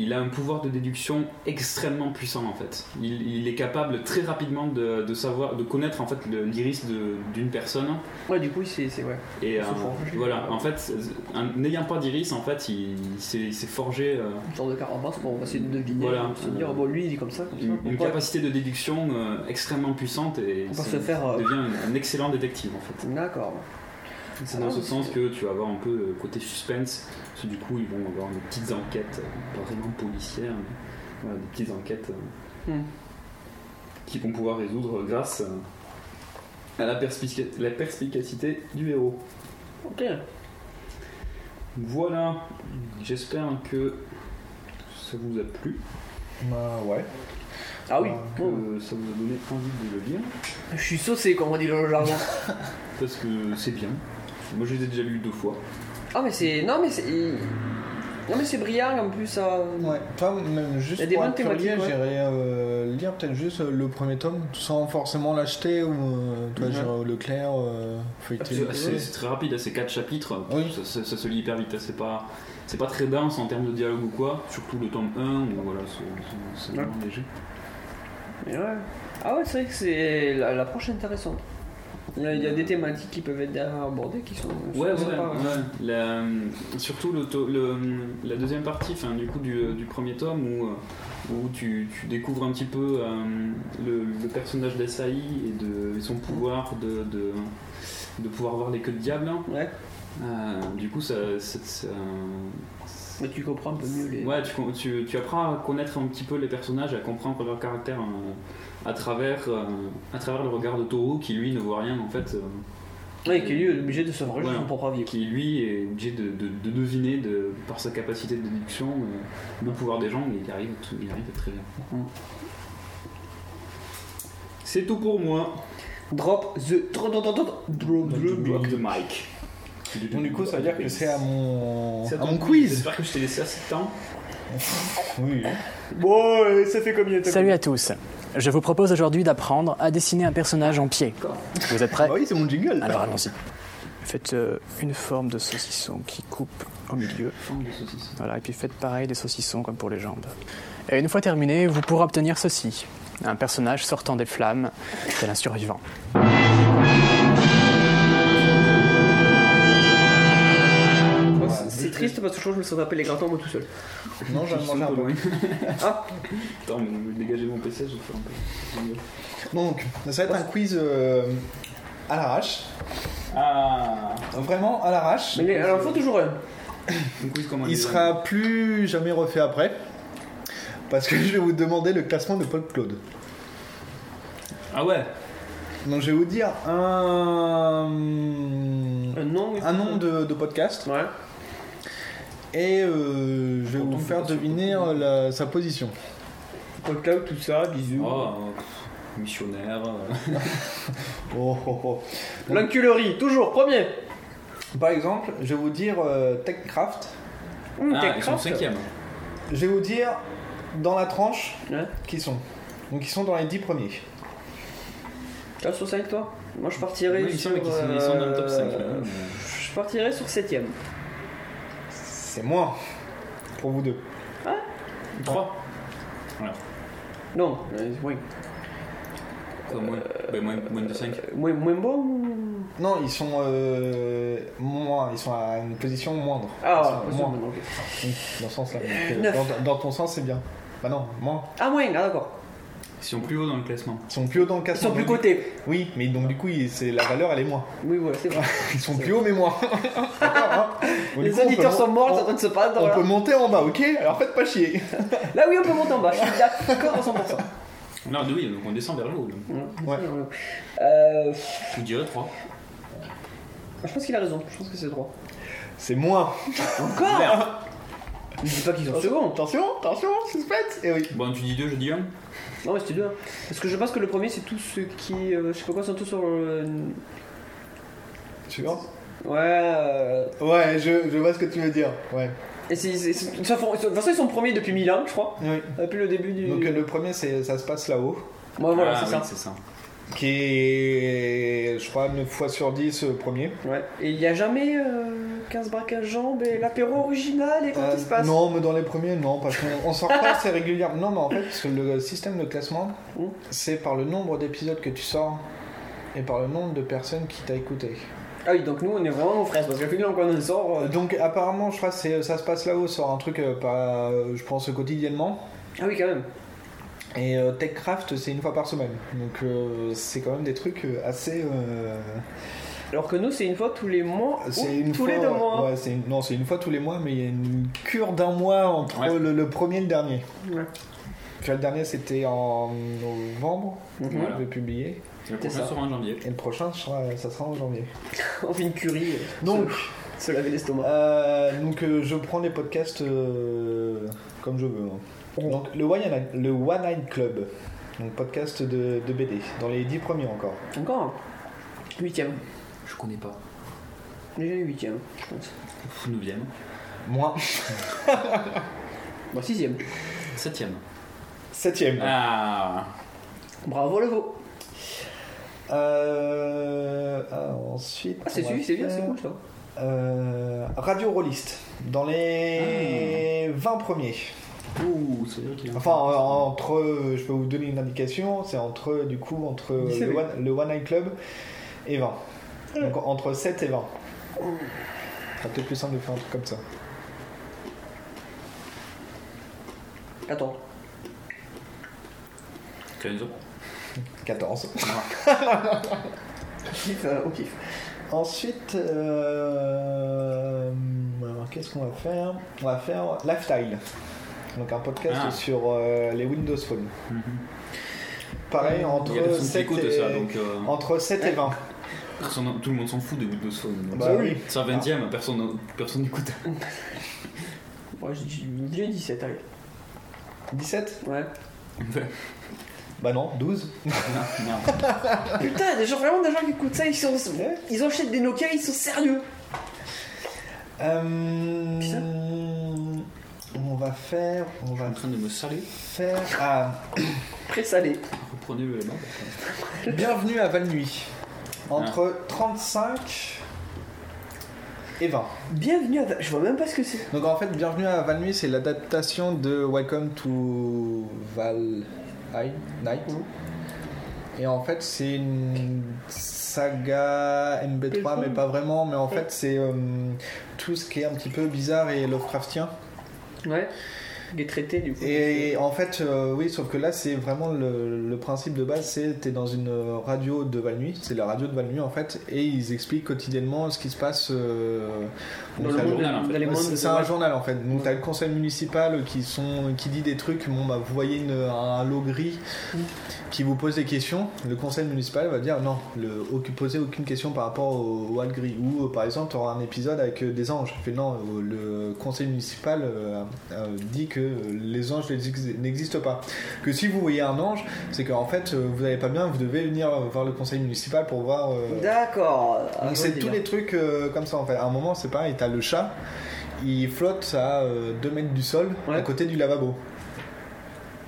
Il a un pouvoir de déduction extrêmement puissant en fait. Il, il est capable très rapidement de, de savoir, de connaître en fait le- l'iris de- d'une personne. Ouais, du coup, c'est. c'est- Ouais. Et Il se euh, forge. voilà, en fait, un- n'ayant pas d'iris, en fait, il, il s'est il s'est forgé. euh, Une sorte de carapace, on va essayer de deviner, Voilà, se dire, bon, lui il est comme ça, comme ça. une Pourquoi- capacité de déduction euh, extrêmement puissante et On peut c'est- se faire, euh, devient un, un excellent détective en fait. D'accord. C'est Ah, dans ce mais sens que tu vas avoir un peu le côté suspense, parce que du coup ils vont avoir des petites enquêtes, euh, pas vraiment policières, mais voilà, des petites enquêtes euh, Hmm. qui vont pouvoir résoudre grâce euh, à la, perspica- la perspicacité du héros. Ok. Voilà, j'espère que ça vous a plu. Bah ouais. Ah oui. Que ça vous a donné envie de le lire. Je suis saucé, comme on dit dans le jargon. Parce que c'est bien. Moi je les ai déjà lus deux fois. ah, mais c'est. Non, mais c'est. il- Non, mais c'est brillant en plus, ça. Ouais, toi, même Il y juste a des pour bonnes être curieux, thématiques, ouais. j'irais euh, lire peut-être juste euh, le premier tome sans forcément l'acheter ou euh, toi, Mhm. j'irais au Leclerc, euh, feuilleter. Ah, C'est c'est- Ouais. c'est très rapide, hein, c'est quatre chapitres. Ça, ça- ça se lit hyper vite. hein, C'est pas, c'est pas très dense en termes de dialogue ou quoi. Surtout le tome 1, où voilà, c'est- c'est c'est vraiment léger. Mais ouais. Ah, ouais, c'est vrai que c'est la- l'approche intéressante. Il y, a, il y a des thématiques qui peuvent être derrière abordées qui sont. Ouais, ouais, sont sympas, ouais. La- surtout le to- le- la deuxième partie enfin, du, coup, du, du premier tome où, euh, où tu, tu découvres un petit peu euh, le, le personnage d'Asahi et, de, et son pouvoir de, de, de pouvoir voir les queues de diable. hein. Euh, du coup, ça. ça- ça- tu comprends un peu mieux les. Ouais, tu, com- tu- tu apprends à connaître un petit peu les personnages, à comprendre leur caractère hein, à, travers, euh, à travers le regard de Toru qui lui ne voit rien en fait. euh, Ouais, qui lui est obligé de se forger Voilà. son propre avis. Qui lui est obligé de, de- de deviner de, par sa capacité de déduction euh, le pouvoir des gens, mais il arrive, tout- il arrive très bien. C'est tout pour moi. Drop the. Drop, drop, drop, drop, drop, drop the mic. Donc du coup, ça veut dire que c'est à mon, C'est à à ton mon quiz. quiz. J'espère que je t'ai laissé assez de temps. Oui. Bon, euh, ça fait combien de temps Salut à tous. Je vous propose aujourd'hui d'apprendre à dessiner un personnage en pied. Vous êtes prêts Ah Oui, c'est mon jingle. Alors allons-y. Faites euh, une forme de saucisson qui coupe au milieu. Voilà, et puis faites pareil des saucissons comme pour les jambes. Et une fois terminé, vous pourrez obtenir ceci. Un personnage sortant des flammes, tel un survivant. Ouais, c'est- C'est triste parce que je crois que je me serais tapé les gratins moi tout seul. Non, j'en ai mangé un peu. Ah Attends, mais dégagez mon PC, je vous fais un peu. Donc, ça va être un quiz euh, à l'arrache. Ah. Vraiment à l'arrache. Mais il en faut toujours un. Il sera plus jamais refait après. Parce que je vais vous demander le classement de Paul Claude. Ah ouais Donc je vais vous dire un, un nom, de, de podcast. Et euh, je vais vous faire deviner la- sa euh, position. Cloud, tout ça, bisous. Oh, missionnaire. Oh, oh, oh. L'enculerie, toujours, premier Par exemple, je vais vous dire euh, Techcraft. Hum, Ah, Techcraft. ils sont cinquième. Je vais vous dire dans la tranche qui sont. Donc ils sont dans les 10 premiers. Là, sur 5, toi Moi, je partirais Oui, il sur. semble qu'ils sont- ils sont dans le top hein, cinq, hein. là, euh, mais- Je partirais sur 7ème. C'est moi pour vous deux. 3 Non, euh, oui. Quoi, moins, bah, moins, moins de 5 Euh, Moins, bon Non, ils sont euh, moins, ils sont à une position moindre. Ils Ah, ouais, sont position moins. moindre, ok. Oui, Dans ce sens-là. Donc, euh, Neuf. dans- Dans ton sens, c'est bien. Bah non, moins. Ah, moins, ah, d'accord. Ils sont plus hauts dans le classement. Ils sont plus hauts dans le classement. sont plus donc- cotés. Oui, mais donc du coup, il- c'est la valeur, elle est moins. Oui, ouais, c'est vrai. Ils sont plus hauts, mais moins. hein. Les auditeurs sont morts, ça en train de se passer. On peut monter en bas, ok Alors faites pas chier. Là, oui, on peut monter en bas, je suis d'accord à 100%. Non, oui, donc on descend vers le haut. là. Ouais. Euh, Je vous dirais 3. je pense qu'il a raison, je pense que c'est droit. C'est moins. Encore Je dis pas qu'ils sont seconds. Attention, attention, suspense Et oui. Bon, tu dis 2, je dis 1. Non, mais c'était bien. Parce que je pense que le premier, c'est tous ceux qui. euh, je sais pas quoi, sont tous sur le. Tu vois Ouais. euh, Ouais, je, je vois ce que tu veux dire. Ouais. Et c'est- c'est- c'est- ils sont- de toute façon, ils sont premiers depuis 1000 ans, je crois. Oui. Depuis le début du. Donc euh, le premier, c'est ça se passe là-haut. Ouais, voilà, Ah c'est ça. Qui est, je crois, 9 fois sur 10 euh, premier. Ouais. Et il n'y a jamais euh, 15 braques à jambes et l'apéro original et quand il se passe. Euh, Non, mais dans les premiers, non, parce qu'on on sort pas assez régulièrement. Non, mais en fait, parce que le système de classement, c'est par le nombre d'épisodes que tu sors et par le nombre de personnes qui t'a écouté. Euh, Ah oui, donc nous on est vraiment aux fraises parce que finalement quand on sort. euh, Donc apparemment, je crois que c'est- euh, ça se passe là-haut, sort un truc, euh, pas, euh, je pense, quotidiennement. Ah oui, quand même. Et euh, Techcraft, c'est une fois par semaine. Donc euh, c'est quand même des trucs euh, assez. euh, Alors que nous c'est une fois tous les mois. ou C'est une tous fois, les deux mois. ouais, c'est une- non, c'est une fois tous les mois, mais il y a une cure d'un mois entre le, le premier et le dernier. Ouais. Tu vois, le dernier, c'était en novembre, Mhm. on Voilà. l'avait publié. Et le prochain sera en janvier. Et le prochain, sera- ça sera en janvier. on fait une curie. euh, Donc, se, se laver l'estomac. Euh, donc, euh, je prends les podcasts euh, comme je veux. hein. Donc, le One, Night- le One Night Club, donc podcast de, de BD, dans les 10 premiers encore. Encore 8ème. Je connais pas. Déjà 8ème, je pense. 9ème. Moins. Bon, 6ème. 7ème. 7ème. Ah. Bravo le veau. Euh, ah, ensuite. Ah, c'est on va celui, c'est bien, faire, c'est cool ça. euh, Radio Rolliste, dans Ah. les 20 premiers. Ouh, c'est vrai qu'il y a un- Enfin, en- en- entre, euh, je peux vous donner une indication, c'est entre, du coup, entre euh, Dix et le vingt. Mm. One, le One Night Club et 20. Donc entre 7 et 20. C'est peut-être plus simple de faire un truc comme ça. Attends. 15 ans. 14. Kiff, euh, au kiff. Ensuite, euh, alors, qu'est-ce qu'on va faire On va faire Lifestyle. Donc un podcast Ah. Mm-hmm. sur euh, les Windows Phone. Pareil, entre Il y a personne qui 7 écoute et, ça, donc, euh, entre 7 et 20. Personne- tout le monde s'en fout de Windows Phone. donc Bah ça- oui. C'est un 20ème, personne personne n'écoute. Moi je dis je dis 17, allez. 17 Ouais. Bah non, 12. Putain, des gens, vraiment des gens qui écoutent ça, ils sont. Ils achètent des Nokia, ils sont sérieux. Euh, on va faire. On va en train de me saler. Faire. Ah. Pré-salé. Reprenez le nom. Bienvenue à Valnuy. Entre 35 et 20. Bienvenue à. Je vois même pas ce que c'est. Donc en fait, Bienvenue à Valnuy, c'est l'adaptation de Welcome to Val Hi- Night. Et en fait, c'est une saga MB3, mais pas vraiment. Mais en fait, c'est euh, tout ce qui est un petit peu bizarre et Lovecraftien. Ouais. Des traités, du coup. Et en fait, euh, oui, sauf que là, c'est vraiment le, le principe de base, c'est t'es dans une euh, radio de Valnuy, c'est la radio de Valnuy en fait, et ils expliquent quotidiennement ce qui se passe euh, Dans donc le ça- monde, dans les mondes C'est de- c'est un journal en fait. Donc t'as le conseil municipal qui sont qui dit des trucs. Bon bah vous voyez une- un lot gris qui vous pose des questions. Le conseil municipal va dire non, le, aucune- posez aucune question par rapport au, au hall gris. Ou euh, par exemple t'auras un épisode avec euh, des anges. Fait non, euh, le conseil municipal euh, euh, dit que que les anges n'exi- n'existent pas. Que si vous voyez un ange, c'est qu'en fait, euh, vous n'allez pas bien, vous devez venir euh, voir le conseil municipal pour voir. euh, D'accord. Ah, donc c'est tous les trucs euh, comme ça en fait. À un moment c'est pareil, t'as le chat, il flotte à 2 mètres du sol à côté du lavabo.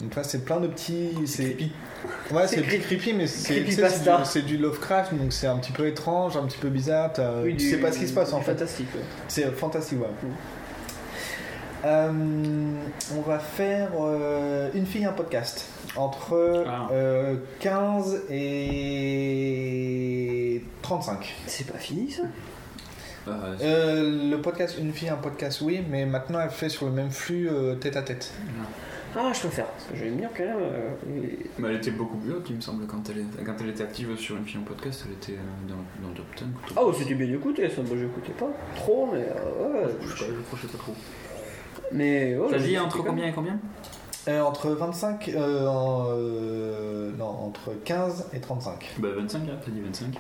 Donc là c'est plein de petits. C'est creepy. Ouais c'est creepy, mais c'est tu sais, c'est du, Creepypasta. c'est du Lovecraft donc c'est un petit peu étrange, un petit peu bizarre, t'as- Oui, Euh, tu du- sais pas ce qui se passe en du fait. fantastique, ouais. C'est euh, fantastique ouais. Euh, on va faire euh, une fille un podcast entre euh, 15 et 35. C'est pas fini ça euh, le podcast Une fille, un podcast, oui, mais maintenant elle fait sur le même flux euh, tête à tête. Ah, je peux faire. Je vais me dire quand même. Mais elle était beaucoup plus haute, il me semble, quand elle, est- quand elle était active sur une fille en podcast, elle était euh, dans, dans le top 10. Ah, ouais, c'était bien écouté ça. Moi, j'écoutais pas trop, mais. euh, ouais, Je ne pas trop. Mais. ouais, T'as Oh, je- dit entre combien et combien Euh, entre 25, euh, en, euh, non, entre 15 et 35. Bah 25, hein, t'as dit 25.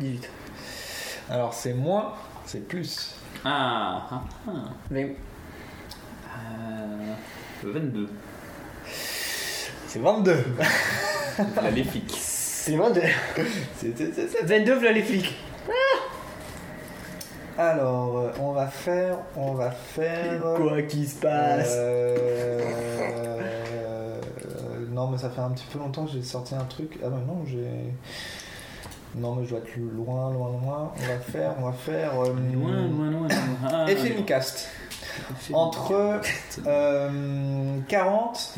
18. Alors c'est moins, c'est plus. Ah, ah, ah. Mais... Euh, 22. C'est 22. La les flics. C'est 22. 22, là, les flics. Alors, euh, on va faire, on va faire. euh, Quoi qui se passe euh, Non, mais ça fait un petit peu longtemps que j'ai sorti un truc. Ah bah non, j'ai. Non, mais je dois être loin, loin, loin. On va faire, on va faire. euh, Loin, loin, loin. Ah, loin. Effemicast. Entre euh, 40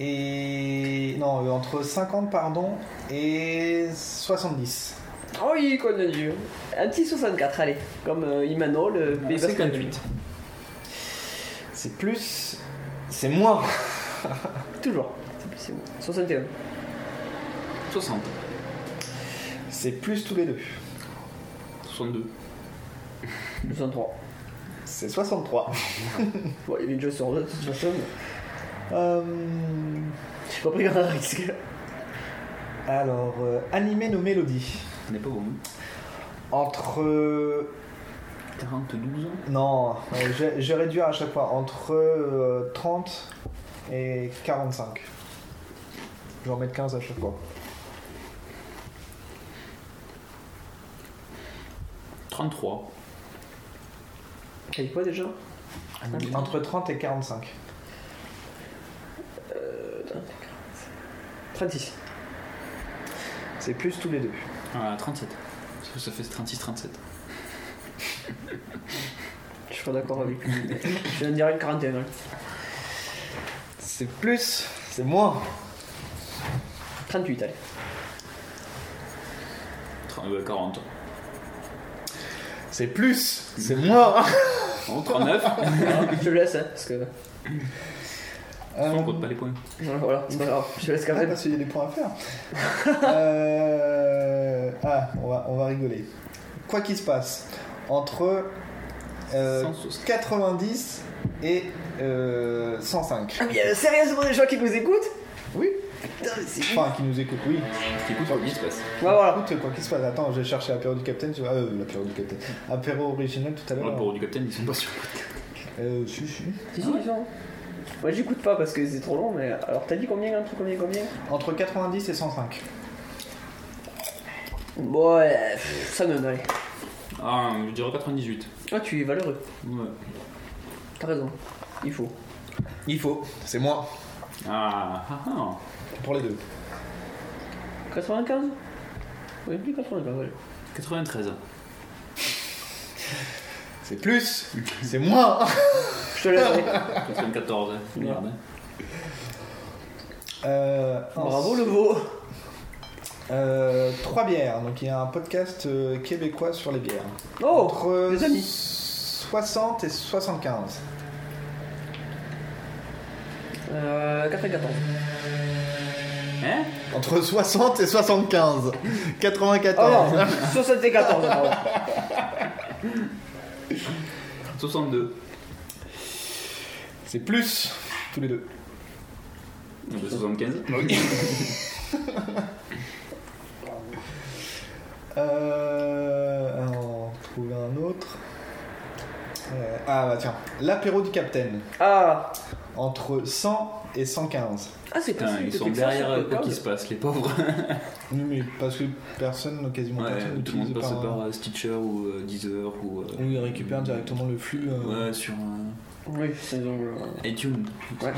et. Non, euh, entre 50, pardon, et 70. Oh, il est con de Dieu. Un petit 64, allez. Comme euh, Imano, le Ah, Pays Basque. 58. C'est plus. C'est moins. Toujours. C'est plus, c'est moins. 61. 60. C'est plus tous les deux. 62. 203. C'est 63. bon, il y avait déjà sur deux, de toute façon. Euh... J'ai pas pris grand risque. Alors, euh, animer nos mélodies. On n'est pas bon. Entre. euh, 42 ans Non, euh, je, je vais réduire à chaque fois. Entre euh, 30 et 45. Je vais en mettre 15 à chaque fois. 33. T'as dit quoi déjà Entre 30 et 45. Euh, attends. 36. C'est plus tous les deux. Ah, 37. Ça- Ça fait 36-37. Je suis pas d'accord avec lui. Je viens de dire une quarantaine. hein. C'est plus, c'est moins. 38, allez. 30, euh, 40. C'est plus, c'est moins. Bon, 39. je te laisse, hein, parce que. on compte pas les points. Voilà, voilà, c'est pas grave. Je te laisse quand Ah, même. Euh, parce qu'il y a des points à faire. Euh, Ah, on va, on va rigoler. Quoi qu'il se passe, entre euh, 90 et euh, 105. Ah, mais il y a sérieusement des gens qui nous écoutent Oui. Putain, mais c'est Bah, Enfin, qui nous écoutent, oui. Qui écoute quoi qu'il se passe. Écoute, quoi qu'il se passe. Attends, j'ai cherché l'apéro du Capitaine. tu vois, Euh, l'apéro du Capitaine. Apéro original tout à l'heure. L'apéro du Capitaine, ils sont pas sur Euh, si, si. Si, hein. si, ils sont. Moi j'écoute pas parce que c'est trop long, mais alors t'as dit combien, un truc, combien, combien Entre 90 et 105. Bon, ouais, pff, ça donne, allez. Ah, je dirais 98. Ah, tu es valeureux. Ouais. T'as raison. Il faut. Il faut, c'est moi. Ah, ah, ah. Pour les deux. 95 Oui, plus 95, allez. 93. C'est plus, c'est moins. Je te laisse. 94. hein. Merde. hein. Euh, Bravo, ensuite- le veau. Euh, Trois bières. Donc il y a un podcast euh, québécois sur les bières. Oh, Entre 60 et 75. Euh, 94. Hein Entre 60 et 75. Oh 94. non, 74, pardon. 62. C'est plus, tous les deux. Ah bah, 75. Euh, alors, on va trouver un autre. Euh, ah bah tiens, l'apéro du capitaine. Ah Entre 100 et 115. Ah, c'est Putain, ils sont derrière euh, quoi qui se passe, les pauvres. Oui, mais parce que personne, quasiment Ouais, personne, tout le monde n'utilise passe par- par euh, Stitcher ou euh, Deezer ou. euh, Oui, ils récupèrent directement le flux. euh, Ouais, sur. euh, Oui, euh, c'est donc. iTunes. Ouais.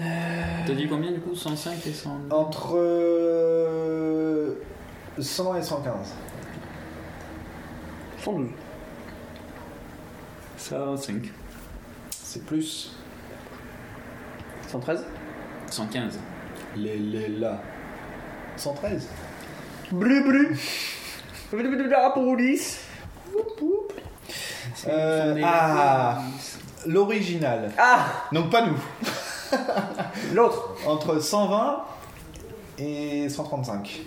Euh. T'as dit combien du coup 105 et 100 Entre euh, 100 et 115. 112. Ça, 5. C'est plus. 113 115. Les, les là. 113 Blu blu ah, Police Euh, des- ah L'original. Ah Donc pas nous. L'autre. Entre 120 et 135.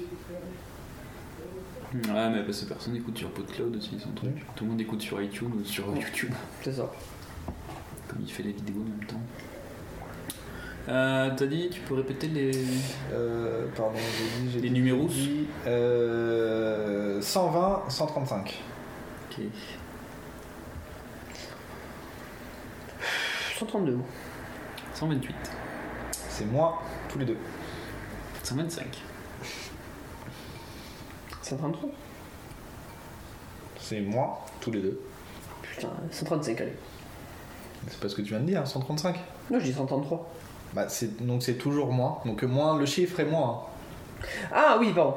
Ouais, mais parce que personne n'écoute sur PodCloud aussi son truc. Tout le monde écoute sur iTunes ou sur YouTube. C'est ça. Comme il fait les vidéos en même temps. Euh, T'as dit, tu peux répéter les. Euh, pardon, j'ai dit. Les numéros Euh, 120, 135. Ok. 132. 128. C'est moi, tous les deux. 125. 133 C'est moi, tous les deux. Putain, 135, allez. C'est pas ce que tu viens de dire, 135 Non, je dis 133. Bah, c'est, donc c'est toujours moi. Donc moins, le chiffre est moins. Ah oui, pardon.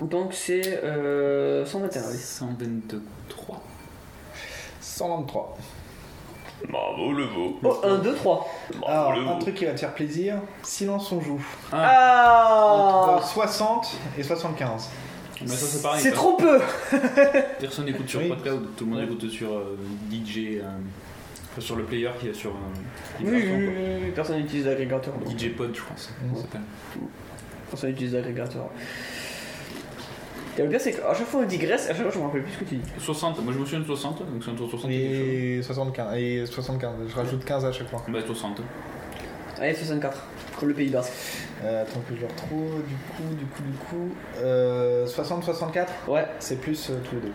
Donc c'est euh, 121. 123. hein. 123. Bravo le mot. Oh, Ah, 1, 2, 3. Bah, Alors, un truc qui va te faire plaisir, silence on joue. Ah, Entre 60 et 75. Mais Bah, ça, c'est pareil, ça. peu Personne n'écoute sur PodCloud, tout le monde écoute sur euh, DJ. euh, enfin, sur le player qui est sur. euh, Oui, oui, oui, oui, personne n'utilise l'agrégateur. donc. DJ Pod, je pense. ça s'appelle. Personne n'utilise l'agrégateur. Et le pire, c'est qu'à chaque fois on digresse, à chaque fois je me rappelle plus ce que tu dis. 60, moi je me souviens de 60, donc c'est entre 60 et Et 75. Et 75. Je rajoute 15 à chaque fois. Bah 60. Allez, 64, comme le Pays Basque. Euh, attends que je le retrouve. Du coup, du coup, du coup. Euh, 60-64 Ouais. C'est plus euh, tous les deux.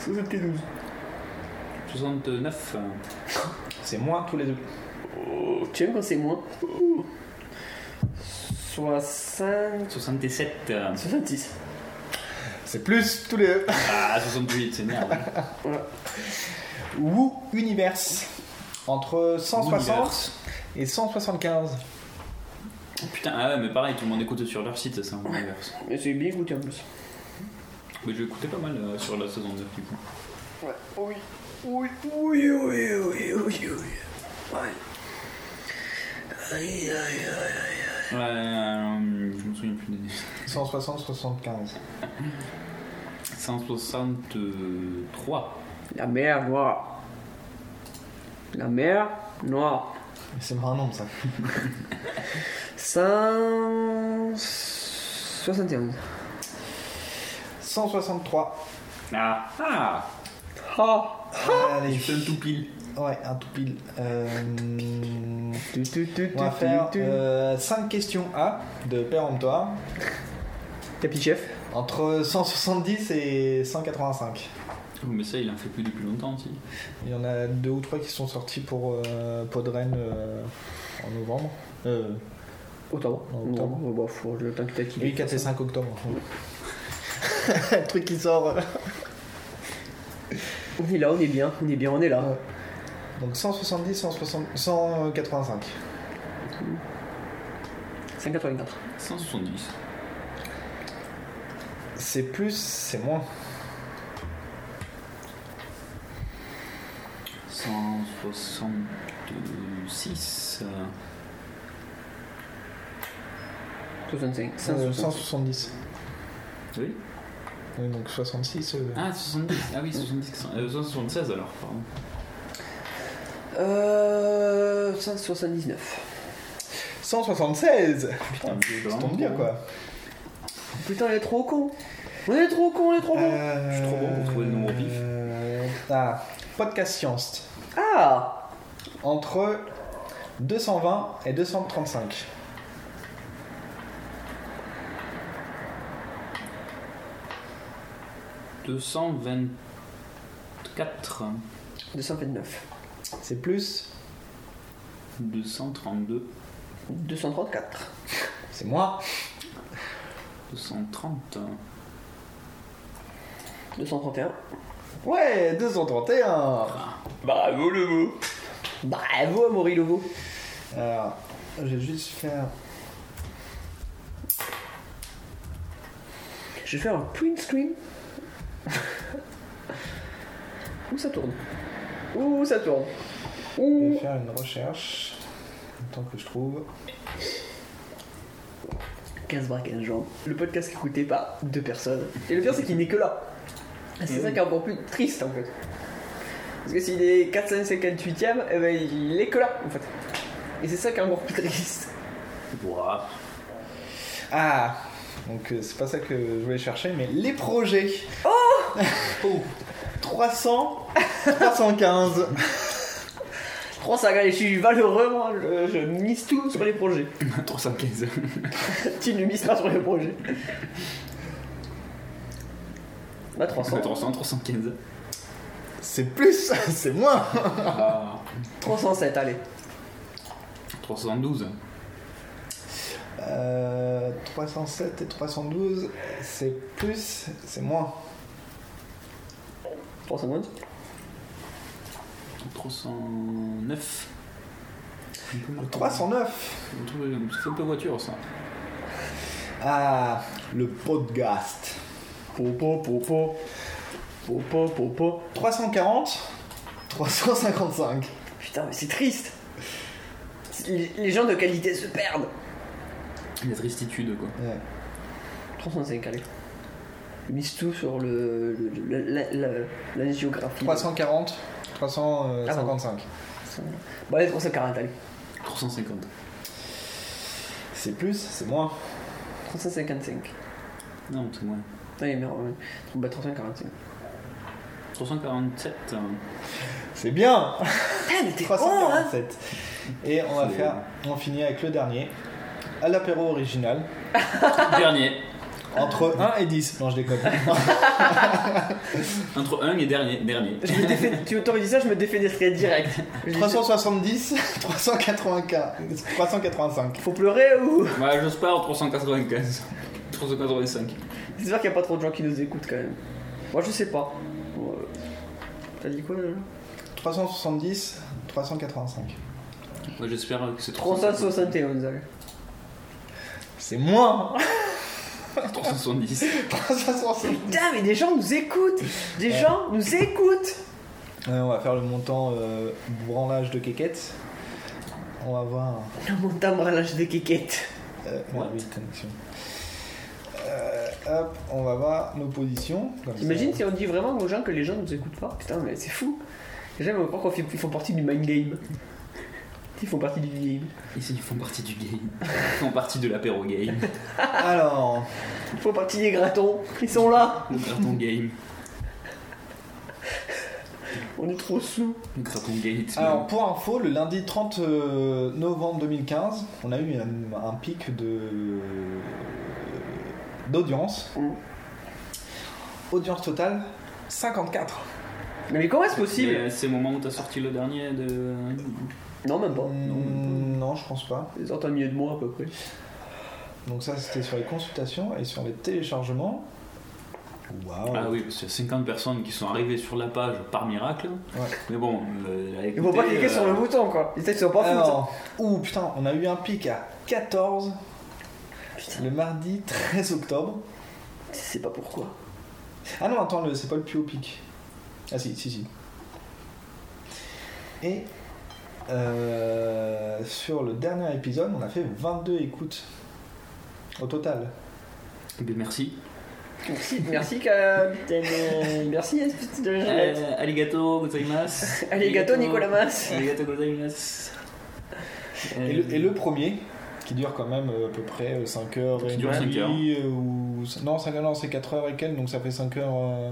72. 69. C'est moins tous les deux. tu aimes quand c'est moins Oh. 60. 67. 66. C'est plus tous les deux. Ah, 68, c'est merde. Woo Universe. Entre 160 Universe. et 175. Putain, ah ouais, mais pareil, tout le monde écoute sur leur site, ça c'est un universe. Mais c'est bien écouté en plus. Mais j'ai écouté pas mal euh, sur la saison 9 du coup. Ouais, oui. Oui, oui, oui, oui, oui, oui. Ouais. Aïe, aïe, aïe. Ouais, euh, je me souviens plus des. 160-75. 163. La mer noire. La mer noire. C'est pas un nombre ça. 171. 163. Ah Ah Ah Euh, Allez. fais un tout pile. Ouais, un tout pile. Euh, on va faire euh, tu. 5 questions A de péremptoire. Tapis chef. Entre 170 et 185. Oh, Mais ça, il en fait plus depuis longtemps aussi. Il y en a deux ou trois qui sont sortis pour euh, Podren euh, en novembre. Euh, Octobre. En octobre. Bon, bah, faut le temps que t'as Oui, 4 et 5 octobre. Le truc qui sort. On est là, on est bien, on est bien, on est là. Donc 170, 160, 185. 184. 170. C'est plus, c'est moins. 166. euh, 65. Euh, 170. Oui. Oui, donc 66. euh, Ah, 70. Ah oui, 70. euh, 176 alors, pardon. Euh. 179. 176 Putain, c'est ça tombe bien quoi. Putain, il est trop con. On est trop con, on est trop con. Je suis trop bon pour trouver le nombre vif. Euh, Ah, podcast science. Ah Entre 220 et 235. 220 224. 229. C'est plus 232. 234. C'est moi 230. 231. Ouais, 231 Bravo Lobo Bravo Amaury Lobo Alors, je vais juste faire. Je vais faire un print screen. Où ça tourne Où ça tourne Je vais faire une recherche. Le temps que je trouve. 15 bras, 15 jambes. Le podcast qu'écoutait par deux personnes. Et le pire, c'est qu'il n'est que là. Ah, C'est ça qui est encore plus triste en fait. Parce que s'il est 458 e eh ben, il est que là en fait. Et c'est ça qui est encore plus triste. Ouah. Ah Donc, euh, c'est pas ça que je voulais chercher, mais les projets Oh, 300 315 300, je suis valeureux, moi, je, je mise tout sur les projets. 315. tu ne mises pas sur les projets. Bah 300. 300, 315. C'est plus, c'est moins. Ah, 307, allez. 312. Euh, 307 et 312, c'est plus, c'est moins. 311 309. 309 C'est un peu voiture ça. Ah, le podcast. Popo, popo. Popo, popo. 340 355. Putain, mais c'est triste. Les, les gens de qualité se perdent. La tristitude quoi. 305, allez. Je mise tout sur le, le- le- la, la- la- la géographie. 340 355. Bon, allez, 340, allez. 350. C'est plus, c'est moins. 355. Non, c'est moins. Oui, mais euh, bah, 345. 347. C'est bien mais t'es hein. 347. Et on va C'est- faire, on finit avec le dernier. À l'apéro original. dernier. Entre 1 et 10. Non, je déconne. Entre 1 et dernier. Dernier. Je me défais- tu m'autorises ça, je me défenestrais direct. 370, 395, 385. Faut pleurer ou Ouais, j'ose pas en 395. 385. J'espère qu'il n'y a pas trop de gens qui nous écoutent quand même. Moi je sais pas. Bon, euh, T'as dit quoi là 370, 385. Ouais, j'espère que c'est 371, allez. C'est moins 370. 370. Putain, mais des gens nous écoutent Des Ouais. gens nous écoutent Ouais, on va faire le montant euh, branlage de quéquette. On va voir. Le montant branlage de quéquette. Euh, ah oui, connexion. Euh, hop, on va voir nos positions. comme ça. T'imagines si on dit vraiment aux gens que les gens nous écoutent pas Putain, mais c'est fou Les gens ils vont croire qu'on fait- ils font partie du mind game. Ils font partie du game. Ici, ils font partie du game. Ils font partie de l'apéro game. Alors. Ils font partie des gratons. Ils sont là Le graton game. On est trop sous. Le graton gate. Alors pour info, le lundi 30 euh, novembre 2015, on a eu un, un pic de d'audience. Audience totale 54. Mais comment est-ce possible Mais C'est le moment où t'as sorti le dernier de. Oh, Non, même pas. Hmm. Mm, Non, je pense pas. Ils sortent un milieu de mois à peu près. Donc ça c'était sur les consultations et sur les téléchargements. Waouh. Ah oui, parce qu'il y a 50 personnes qui sont arrivées sur la page par miracle. Mais bon, euh, Ils vont pas cliquer sur le bouton quoi. Ils sont pas fous. euh, Alors, ouh putain, on a eu un pic à 14 le mardi 13 octobre. C'est pas pourquoi. Ah non, attends, le- c'est pas le plus haut pic. Ah si, si, si. Et euh, sur le dernier épisode, on a fait 22 écoutes au total. eh ben, merci. Merci, merci, capitaine. euh, Merci, petite de Eh, Gillette. Euh, arigato gozaimasu. Arigato, Nicolas Mas. Arigato gozaimasu. Et le, et le premier, qui dure quand même euh, à peu près euh, 5 heures Qui et dure cinq demie, heures. euh, euh, ou... Non, cinq- non, c'est 4 heures et quelques, donc ça fait 5 heures... euh,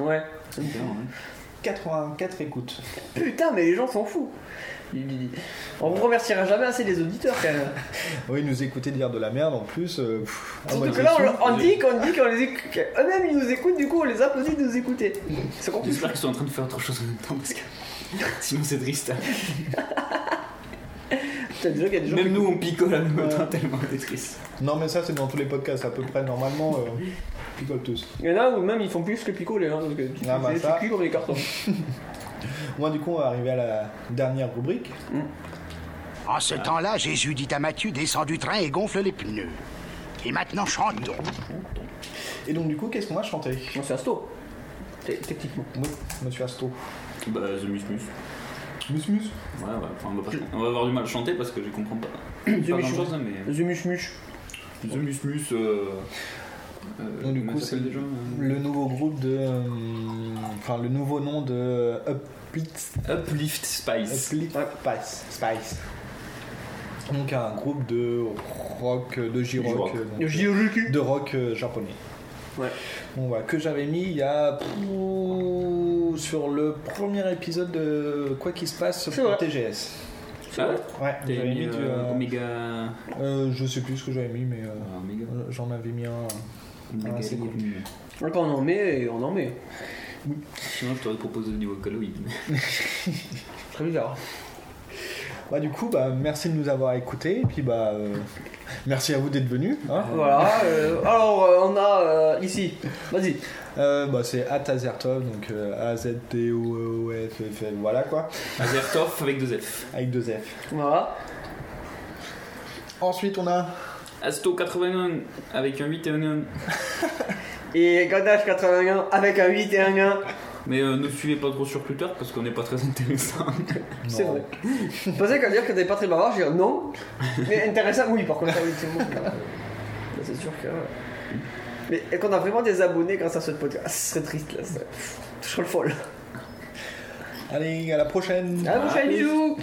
hein. Ouais. 84 écoutes. Putain, mais les gens s'en foutent. Il- il- On vous remerciera jamais assez les auditeurs quand même. Ah, Oui, nous écouter dire de la merde en plus. euh, pff, à Surtout moitié que là, on, sous. leur- on dit qu'on dit qu'on les écoute. Eux-mêmes ils nous écoutent, du coup on les a posés de nous écouter. C'est encore plus. J'espère qu'ils sont en train de faire autre chose en même temps parce que sinon c'est triste. Même nous on picole à même temps tellement on est triste. Non, mais ça, c'est dans tous les podcasts à peu près. Normalement, euh, on picole tous. Il y en a où même ils font plus que picoler, hein, parce que Ah, bah, c'est ça. c'est cuit comme les cartons. Moi, du coup, on va arriver à la dernière rubrique. En ce temps-là, Jésus dit à Matthieu, descends du train et gonfle les pneus. Et maintenant, chantons. Et donc, du coup, qu'est-ce qu'on va chanter Monsieur Asto. Techniquement. Oui, Monsieur Asto. Bah, The Musmus. Musmus Ouais, ouais, enfin, on, va pas- on va avoir du mal à chanter parce que je comprends pas. The pas Musmus. grand-chose, hein, mais. The Musmus. The Musmus. Euh... euh, Donc, du comment coup, ça c'est s'appelle déjà le nouveau groupe de. euh, Enfin, le nouveau nom de euh, Uplift. euh, Uplift Spice. Uplift Spice. Spice. Donc, un groupe de rock, de J-rock. J-rock. euh, donc, De De rock euh, japonais. Ouais. Bon, voilà, que j'avais mis il y a. pou- Sur le premier épisode de Quoi qu'il se passe pour TGS. Ah ouais Ouais, T'avais j'avais mis, mis du, euh, euh, Omega. Euh, je sais plus ce que j'avais mis, mais euh, Ah, euh, j'en avais mis un. Omega assez cool. Lightning. Quand on en met, on en met. Sinon, je t'aurais proposé du Vocaloid. Très bizarre. Bah, du coup, bah, merci de nous avoir écoutés. Et puis, bah, euh, merci à vous d'être venus. hein. Voilà, euh, alors euh, on a euh, ici, vas-y. Euh, bah, c'est Atazertov, donc euh, A-Z-T-O-O-F-F, voilà quoi. Azertov avec deux F. Avec deux F. Voilà. Ensuite, on a. Asto 81 avec un 8 et un 1. Et Godash 81 avec un 8 et un 1. Mais euh, ne suivez pas trop sur Twitter parce qu'on n'est pas très intéressant. C'est vrai. Je pensais qu'à dire que t'es pas très bavard, je vais dire non. Mais intéressant, oui, par contre, ah oui, tout le monde. voilà. Là, C'est sûr que. Mais et qu'on a vraiment des abonnés grâce à ce podcast. Ah, ce serait triste là, ça. Je serais le folle. Allez, à la prochaine. Ah, À la prochaine, bisous